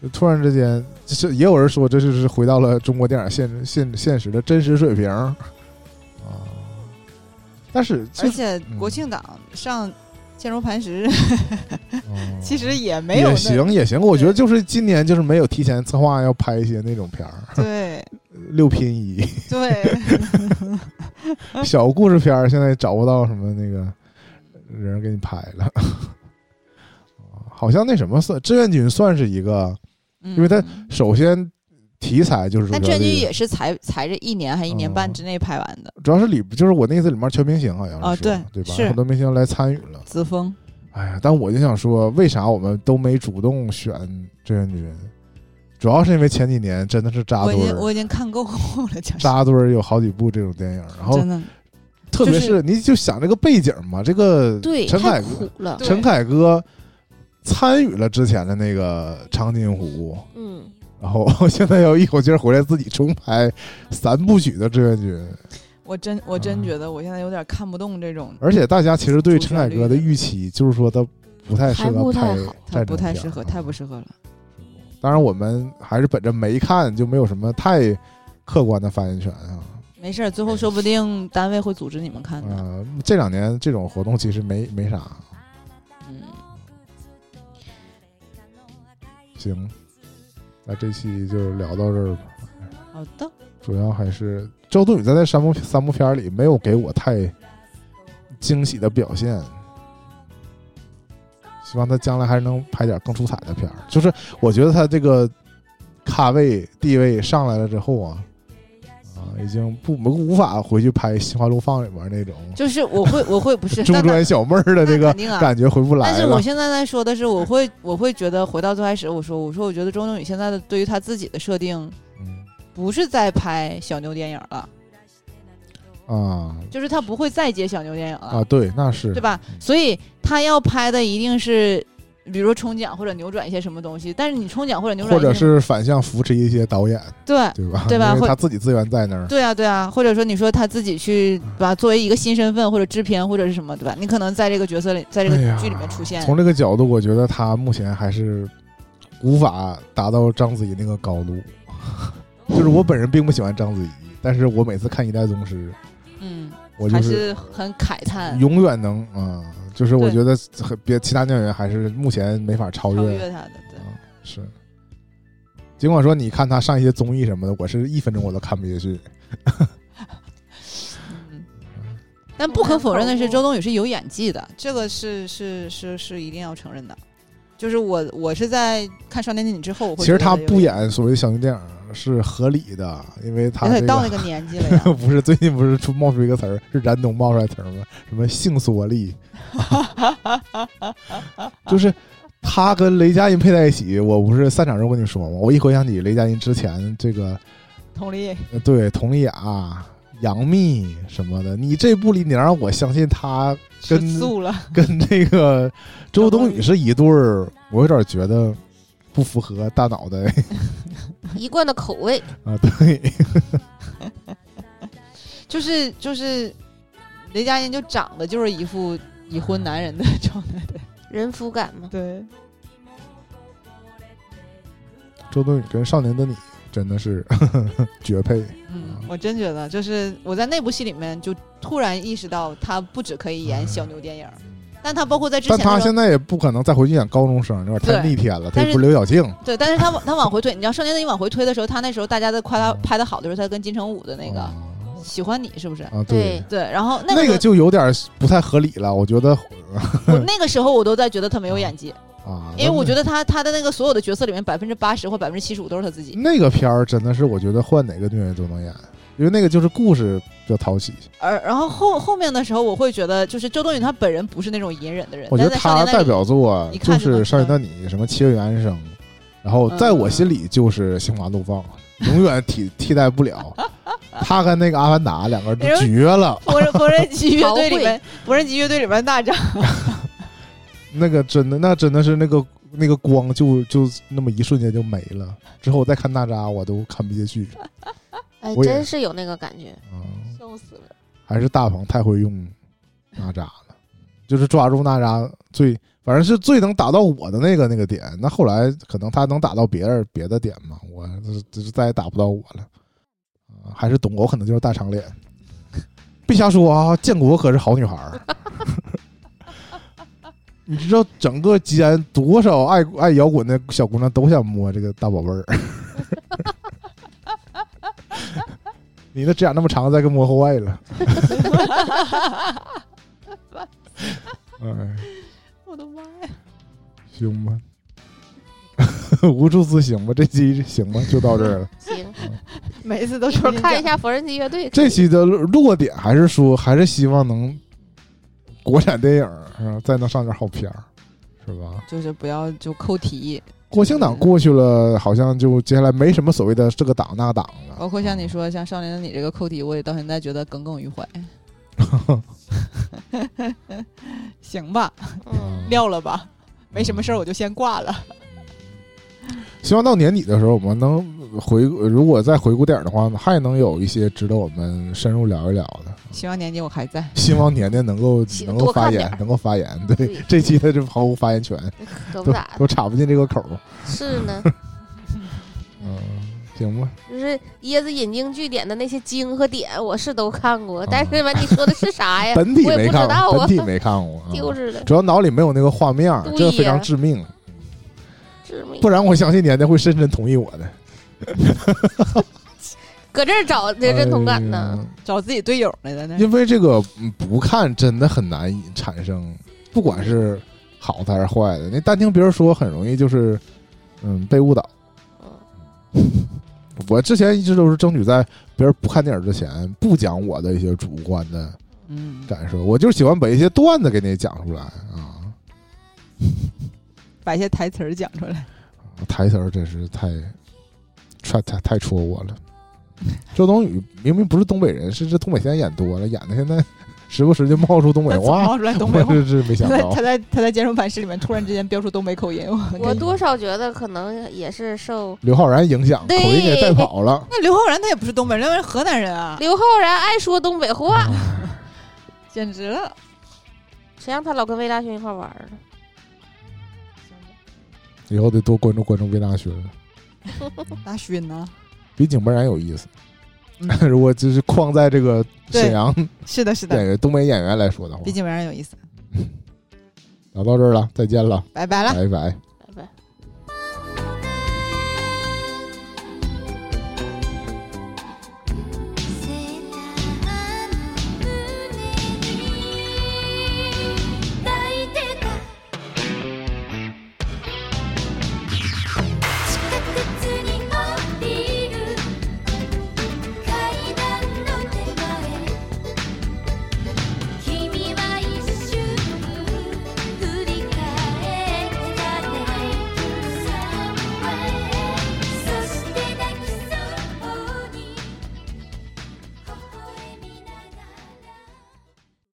A: 就突然之间，就是也有人说这就是回到了中国电影现现现实的真实水平啊。但是
C: 而
A: 其实、
C: 且
A: 嗯
C: 国庆档上《坚如磐石》
A: 嗯
H: 其实也没有
A: 也
H: 那
A: 行也行，我觉得就是今年就是没有提前策划要拍一些那种片儿，
H: 对
A: 六拼 一
H: 对，
A: 小故事片儿，现在找不到什么那个人给你拍了。好像那什么算志愿军算是一个，
C: 嗯，
A: 因为他首先题材就是主
C: 但
A: 旋
C: 《战军》
A: 律
C: 也是才才这一年还一年半
A: 嗯
C: 之内拍完的。
A: 主要是里就是我那次里面全明星好像是说
C: 哦对
A: 对吧？
C: 是
A: 很多明星来参与了。
C: 子枫，
A: 哎呀，但我就想说，为啥我们都没主动选志愿军？主要是因为前几年真的是扎
C: 我
A: 堆
C: 已经
A: 儿，
C: 我已经看够了，讲实话
A: 扎堆儿有好几部这种电影，然后
C: 真的
A: 特别
C: 就是
A: 是你就想这个背景嘛，这个
B: 对，
A: 陈凯
B: 太苦
A: 歌，
B: 了，
H: 对
A: 陈凯歌参与了之前的那个长津湖，
B: 嗯，
A: 然后 现在要一口气儿回来自己重拍三部曲的志愿军，
C: 我真我真
A: 嗯
C: 觉得我现在有点看不动这种，
A: 而且大家其实对
C: 主
A: 陈
C: 旋
A: 凯
C: 律
A: 歌的
C: 的
A: 预期就是说他不太适
B: 还
A: 合
B: 不
A: 拍
B: 太好
C: 他
A: 战
C: 不
A: 争
C: 太
A: 片
C: 适合，
A: 啊
C: 太不适合了。
A: 当然，我们还是本着没看就没有什么太客观的发言权啊。
C: 没事儿，最后说不定单位会组织你们看的。
A: 嗯、这两年这种活动其实没没啥。
C: 嗯，
A: 行，那这期就聊到这儿吧。
C: 好的，
A: 主要还是周冬雨在那三部三部片儿里没有给我太惊喜的表现，希望她将来还是能拍点更出彩的片儿。就是我觉得她这个咖位地位上来了之后啊，啊，已经不无法回去拍《心花怒放》里面那种
C: 就是我会我会 不是
A: 中
C: 那
A: 专小妹儿的这
C: 那
A: 个
C: 肯定啊
A: 感觉回不来
C: 但
A: 了。
C: 是我现在在说的是，我会我会觉得回到最开始，我说我说我觉得周冬雨现在的对于她自己的设定，
A: 嗯
C: 不是在拍小牛电影了，
A: 啊
C: 就是她不会再接小牛电影了，
A: 啊，对，那是
C: 对吧？所以她要拍的一定是，比如说冲奖或者扭转一些什么东西。但是你冲奖或者扭转
A: 或
C: 一些，
A: 者是反向扶持一些导演，
C: 对
A: 对吧？
C: 对吧
A: 因为
C: 会
A: 他自己资源在那儿。
C: 对啊对啊，或者说你说她自己去把作为一个新身份或者制片或者是什么，对吧？你可能在这个角色里，在这个
A: 哎呀
C: 剧里面出现，
A: 从这个角度，我觉得他目前还是无法达到章子怡那个高度。
C: 哦
A: 就是我本人并不喜欢章子怡，但是我每次看《一代宗师》，
C: 嗯，
A: 我就
C: 还
A: 是
C: 是很慨叹
A: 永远能啊、就是我
C: 对
A: 觉得很别其他演员还是目前没法超
C: 超
A: 越。
C: 越她的，对。
A: 是，尽管说你看他上一些综艺什么的，我是一分钟我都看不下去。
C: 嗯，但不可否认的是，周冬雨是有演技的，这个是是是是一定要承认的。就是我我是在看《少年电影》之后，我会
A: 其实他
C: 觉得有
A: 不，演所谓小女电影是合理的，因为他
C: 也
A: 这
C: 得
A: 个。
C: 哎到那个年纪了呀
A: 不是最近不是出冒出一个词儿，是燃冬冒出来词儿吗？什么性缩力，就是他跟雷佳音配在一起，我不是散场时候跟你说吗？我一回想起雷佳音之前这个
I: 佟丽，
A: 呃对佟丽娅、杨幂什么的，你这部里你让我相信他
I: 吃
A: 跟
I: 素了，
A: 跟这个周冬雨是一对儿，我有点觉得不符合大脑袋
B: 一贯的口味，
A: 啊，对，
C: 就是就是，雷佳音就长得就是一副已婚男人的状态。
B: 人夫感嘛。
I: 对，
A: 周冬雨跟少年的你真的是 绝配。
C: 嗯，我真觉得，就是我在那部戏里面就突然意识到，他不只可以演小牛电影，但他包括在
A: 嗯
C: 之
A: 但
C: 前的时候，
A: 他现在也不可能再回去演高中生，有点太
C: 对
A: 逆天了。他
C: 但
A: 也
C: 是
A: 不是刘晓庆，
C: 对，但是他往他往回推，你知道《少年的你》往回推的时候，他那时候大家在夸他
A: 嗯
C: 拍的好的时候，他跟金城武的那个、
A: 啊
C: 喜欢你是不是？
A: 啊，
B: 对，
C: 对，然后那
A: 那
C: 个
A: 个
C: 时
A: 就有点不太合理了。我觉得
C: 候、我那个时候我都在觉得他
A: 嗯
C: 没有演技，
A: 啊，
C: 因为我觉
A: 得
C: 得他他的那个所有的角色里面百分之八十或百分之七十五都是他自己，
A: 那个片儿真的是，我觉得换哪个女演员都能演，因为那个就是故事比较讨喜。
C: 而然后后后面的时候我会觉得，就是周冬雨她本人不是那种隐忍的人，
A: 我觉得
C: 但是
A: 他
C: 在少年的
A: 代
C: 你
A: 表作啊
C: 一
A: 就
C: 看就是
A: 《
C: 能
A: 少年
C: 知道
A: 的你》什么《七月与安生》，然后
C: 嗯
A: 在我心里就是《心花怒放》，永远替替代不了。他跟那个《阿凡达》两个人
C: 哎
A: 就绝了，
C: 缝纫缝纫机乐队里面
B: 陶，
C: 缝纫机乐队里面大张，
A: 那个真的，那真的是那个那个光就就那么一瞬间就没了。之后我再看娜扎，我都看不下去。
B: 哎，
A: 我也
B: 真是有那个感觉。
A: 嗯，
C: 笑死了。
A: 还是大鹏太会用娜扎了，就是抓住娜扎最，反正是最能打到我的那个那个点。那后来可能他能打到别人别的点嘛，我就是就是再也打不到我了。啊还是懂我，可能就是大长脸。别瞎说啊，建国可是好女孩儿。 你知道整个吉安多少爱爱摇滚的小姑娘都想摸这个大宝贝儿。 你的指甲那么长，再给磨坏了。哎，
C: 我的妈呀！
A: 行吧， 无处自省吧，这期行吧，就到这 儿了。
B: 行，
I: 每一次都
B: 一会
I: 说
B: 儿 看一下缝纫机乐队。
A: 这期的落点还是说，还是希望能国产电影儿是吧，再能上点好片儿，是吧？
C: 就是不要就扣题，
A: 国庆档过去了，好像就接下来没什么所谓的这个档那个档了。
C: 包括像你说像《少年的你》这个扣题，我也到现在觉得耿耿 于怀。
I: 行吧，
B: 嗯，
I: 撂了吧，没什么事儿我就先挂了。
A: 希望到年底的时候，我们能回，如果再回顾电影的话，还能有一些值得我们深入聊一聊的。
C: 希望年年我还在。
A: 希望年年能够
B: 希
A: 能够
B: 多
A: 发
B: 看
A: 言
B: 点儿，
A: 能够发言。对，
B: 对
A: 这期他就毫无发言权，
B: 可不
A: 都
B: 咋
A: 都插不进这个口儿。
B: 是呢。
A: 嗯，行吧，
B: 就是椰子引经据典的那些经和典，我是都看过，但是吧，你说的是啥呀？
A: 哦 本体
B: 哎我也
A: 没
B: 不知
A: 看
B: 道
A: 过，
B: 啊
A: 本体没看过，啊
B: 丢着了，
A: 主要脑里没有那个画面儿，
B: 对
A: 这非常
B: 呀
A: 致命。
B: 致命
A: 不。然我相信年年会深深同意我 的。
B: 搁这儿找的认同感呢？嗯
A: 哎呀
D: 找自己队友来的呢。
A: 因为这个嗯不看真的很难产生，不管是好的还是坏的，那单听别人说很容易就是，嗯，被误导。
B: 嗯
A: 我之前一直都是争取在别人不看电影之前，不讲我的一些主观的
D: 嗯，
A: 感受，我就是喜欢把一些段子给你讲出来啊。
D: 把一些台词儿讲出来。
A: 台词儿真是太，太太太戳我了。周冬雨明明不是东北人，是这东北现在演多了，演的现在 时不时就冒出东北
C: 他
A: 话，
C: 冒出来东北话
A: 我。真是没想
C: 他在
A: 到。
C: 他在他在健身盘室里面突然之间飙出东北口音， 我跟
B: 我
C: 你
B: 多少觉得可能也是受
A: 刘昊然影响，口
B: 对
A: 音给带跑了。
D: 那刘昊然他也不是东北人，他是河南人啊，
B: 刘昊然爱说东北话，
A: 啊
D: 简直了。
B: 谁让他老跟魏大勋一块玩儿呢？
A: 以后得多关注关注魏大勋了，
D: 大勋呢？
A: 比井柏然有意思。
D: 嗯
A: 如果就是框在这个
D: 对
A: 沈阳
D: 是的，是
A: 演
D: 的，
A: 员、东北演员来说的话
D: 比，井柏然有意思。
A: 聊到这儿了，再见了，
D: 拜拜了。
A: 拜拜。